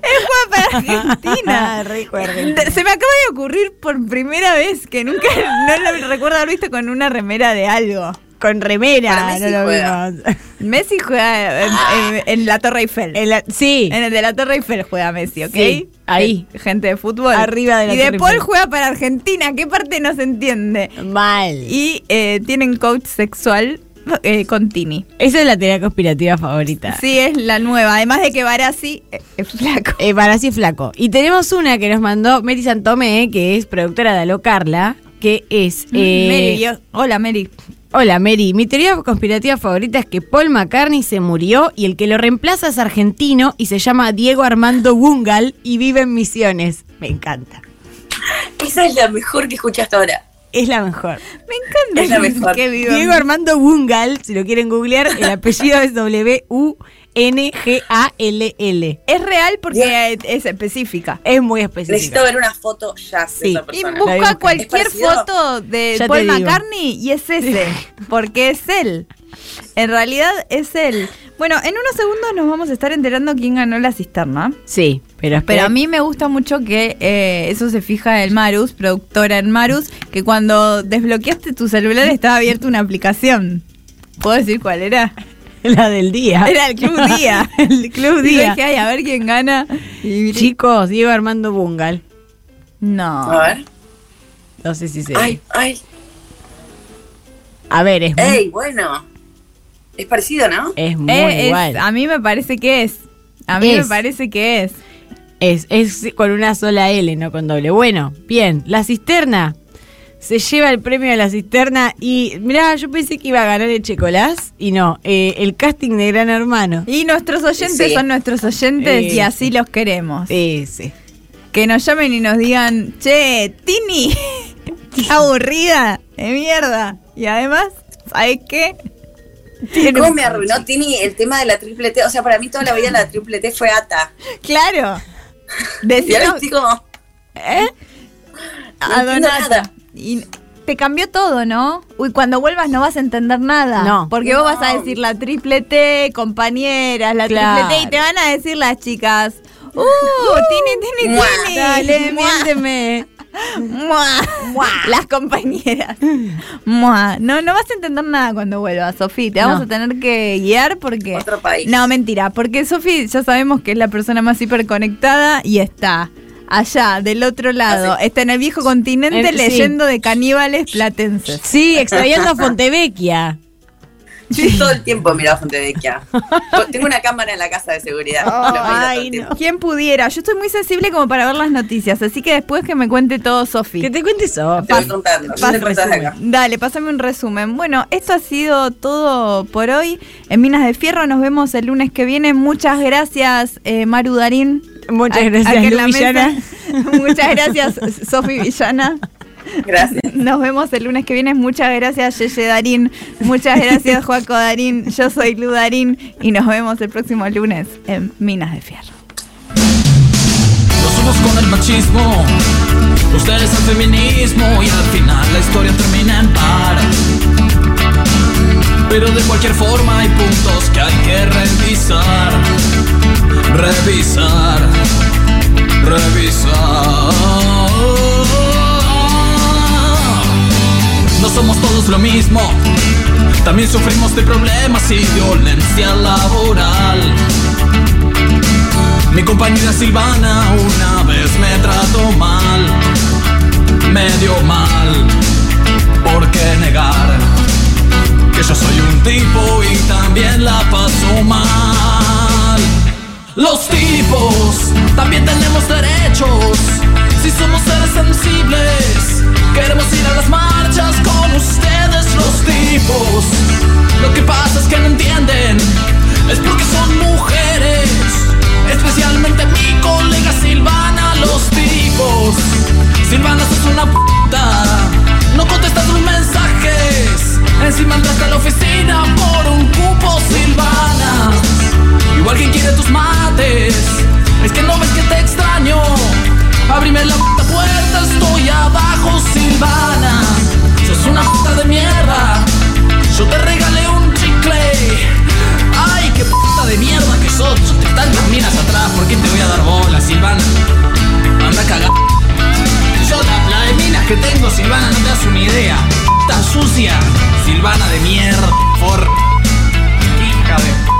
Él juega para Argentina. Recuerden. Te- Se me acaba de ocurrir por primera vez que nunca no lo recuerdo haber visto con una remera de algo. Con remera, Para Messi no lo juega. vimos. Messi juega en, en- Ah. en la Torre Eiffel. El- sí, En el de la Torre Eiffel juega Messi, ¿ok? Sí, ahí. Gente de fútbol. Arriba de la Y de Torre Paul Eiffel. juega para Argentina. ¿Qué parte no se entiende? mal. Y eh, tienen coach sexual eh, con Tini. Esa es la teoría conspirativa favorita. Sí, es la nueva. Además de que Barassi eh, es flaco. Eh, para sí flaco. Y tenemos una que nos mandó Mary Santomé, que es productora de Aló Carla, que es... eh, Mm, Mary, yo- hola Mary. Hola Mary, mi teoría conspirativa favorita es que Paul McCartney se murió y el que lo reemplaza es argentino y se llama Diego Armando Bungal y vive en Misiones. Me encanta. Esa es la mejor que escuché hasta ahora. Es la mejor. Me encanta Es la mejor. que viva. Diego Armando Bungal, si lo quieren googlear, el apellido es W-U-N-G-A-L-L. es real porque Bien. eh, es específica. Es muy específico. Necesito ver una foto ya de Sí. esa Y persona. voy a busca buscar. cualquier Es parecido. foto de Ya te Paul digo. McCartney y es ese, porque es él. En realidad es él. Bueno, en unos segundos nos vamos a estar enterando quién ganó la cisterna. Sí, pero espera. Pero a mí me gusta mucho que eh, eso se fija en Marus, productora en Marus, que cuando desbloqueaste tu celular estaba abierta una aplicación. ¿Puedo decir cuál era? La del día. Era el Club Día. el Club Y Día. dije, ay, a ver quién gana. Y- Chicos, Diego Armando Bungal. No. A ver. No sé si se. Ay, Eh, ay. A ver, es muy, Ey, bueno. Es parecido, ¿no? es muy Eh, es- igual. a mí me parece que es. A mí Es. me parece que es. Es, es con una sola L, no con doble. Bueno, bien. La cisterna. Se lleva el premio de la cisterna y mirá, yo pensé que iba a ganar el Checolás y no, eh, el casting de Gran Hermano. Y nuestros oyentes Sí. son nuestros oyentes Eh. y así los queremos. Ese. Que nos llamen y nos digan, che, Tini, qué aburrida, de mierda. Y además, ¿sabes qué? ¿Cómo me arruinó Tini el tema de la triple T? O sea, para mí toda la vida la triple T fue ata. Claro. Y ahora Decinos, estoy como, ¿eh? No entiendo Adonata. nada. Y te cambió todo, ¿no? Uy, cuando vuelvas no vas a entender nada. No. Porque No. vos vas a decir la triple T, compañeras, la Claro. triple T, y te van a decir las chicas. ¡Uh! ¡Tini, tini, Mua. tini! Dale, Mua. miénteme. ¡Mua! Las compañeras. ¡Mua! No, no vas a entender nada cuando vuelvas, Sofi. Te vamos No. a tener que guiar porque. Otro país. No, mentira. Porque Sofi ya sabemos que es la persona más hiperconectada y está allá, del otro lado. Está en el viejo continente Ah, Eh, sí. leyendo de caníbales platenses. Sí, extrañando a Fontevecchia. yo todo el tiempo mira Fontevecchia. Tengo una cámara en la casa de seguridad. lo miro todo el ay, tiempo. ¿Quién pudiera? Yo estoy muy sensible como para ver las noticias, así que después que me cuente todo, Sofi. Que te cuente eso. Te voy contando. Yo te cuento desde acá. Dale, pásame un resumen. Bueno, esto ha sido todo por hoy en Minas de Fierro. Nos vemos el lunes que viene. Muchas gracias, eh, Maru Darín. Muchas A- gracias, aquí en Lu la mesa. Villana. Muchas gracias, Sofi Villana. Gracias. Nos vemos el lunes que viene. Muchas gracias, Yeye Darín. Muchas gracias, Joaco Darín. Yo soy Lu Darín. Y nos vemos el próximo lunes en Minas de Fierro. Los unos con el machismo, ustedes al feminismo y al final la historia termina en par. Pero de cualquier forma hay puntos que hay que revisar, revisar, Oh. revisar. No somos todos lo mismo, también sufrimos de problemas y violencia laboral. Mi compañera Silvana una vez me trató mal, medio mal. ¿Por qué negar que yo soy un tipo y también la paso mal? Los tipos también tenemos derechos. Si somos seres sensibles, queremos ir a las marchas con ustedes, los tipos. Lo que pasa es que no entienden, es porque son mujeres. Especialmente mi colega Silvana, los tipos. Silvana, sos una puta. No contestas tus mensajes. Encima entraste a la oficina por un cupo, Silvana. Igual que quiere tus mates Es que no ves que te extraño Abrime la puta puerta, estoy abajo, Silvana Sos una puta de mierda Yo te regalé un chicle Ay, qué puta de mierda que sos Te están las minas atrás, ¿por qué te voy a dar bola, Silvana? Anda a cagar Yo la, la de minas que tengo, Silvana, no te das una idea Tan sucia, Silvana de mierda, por... Hija de...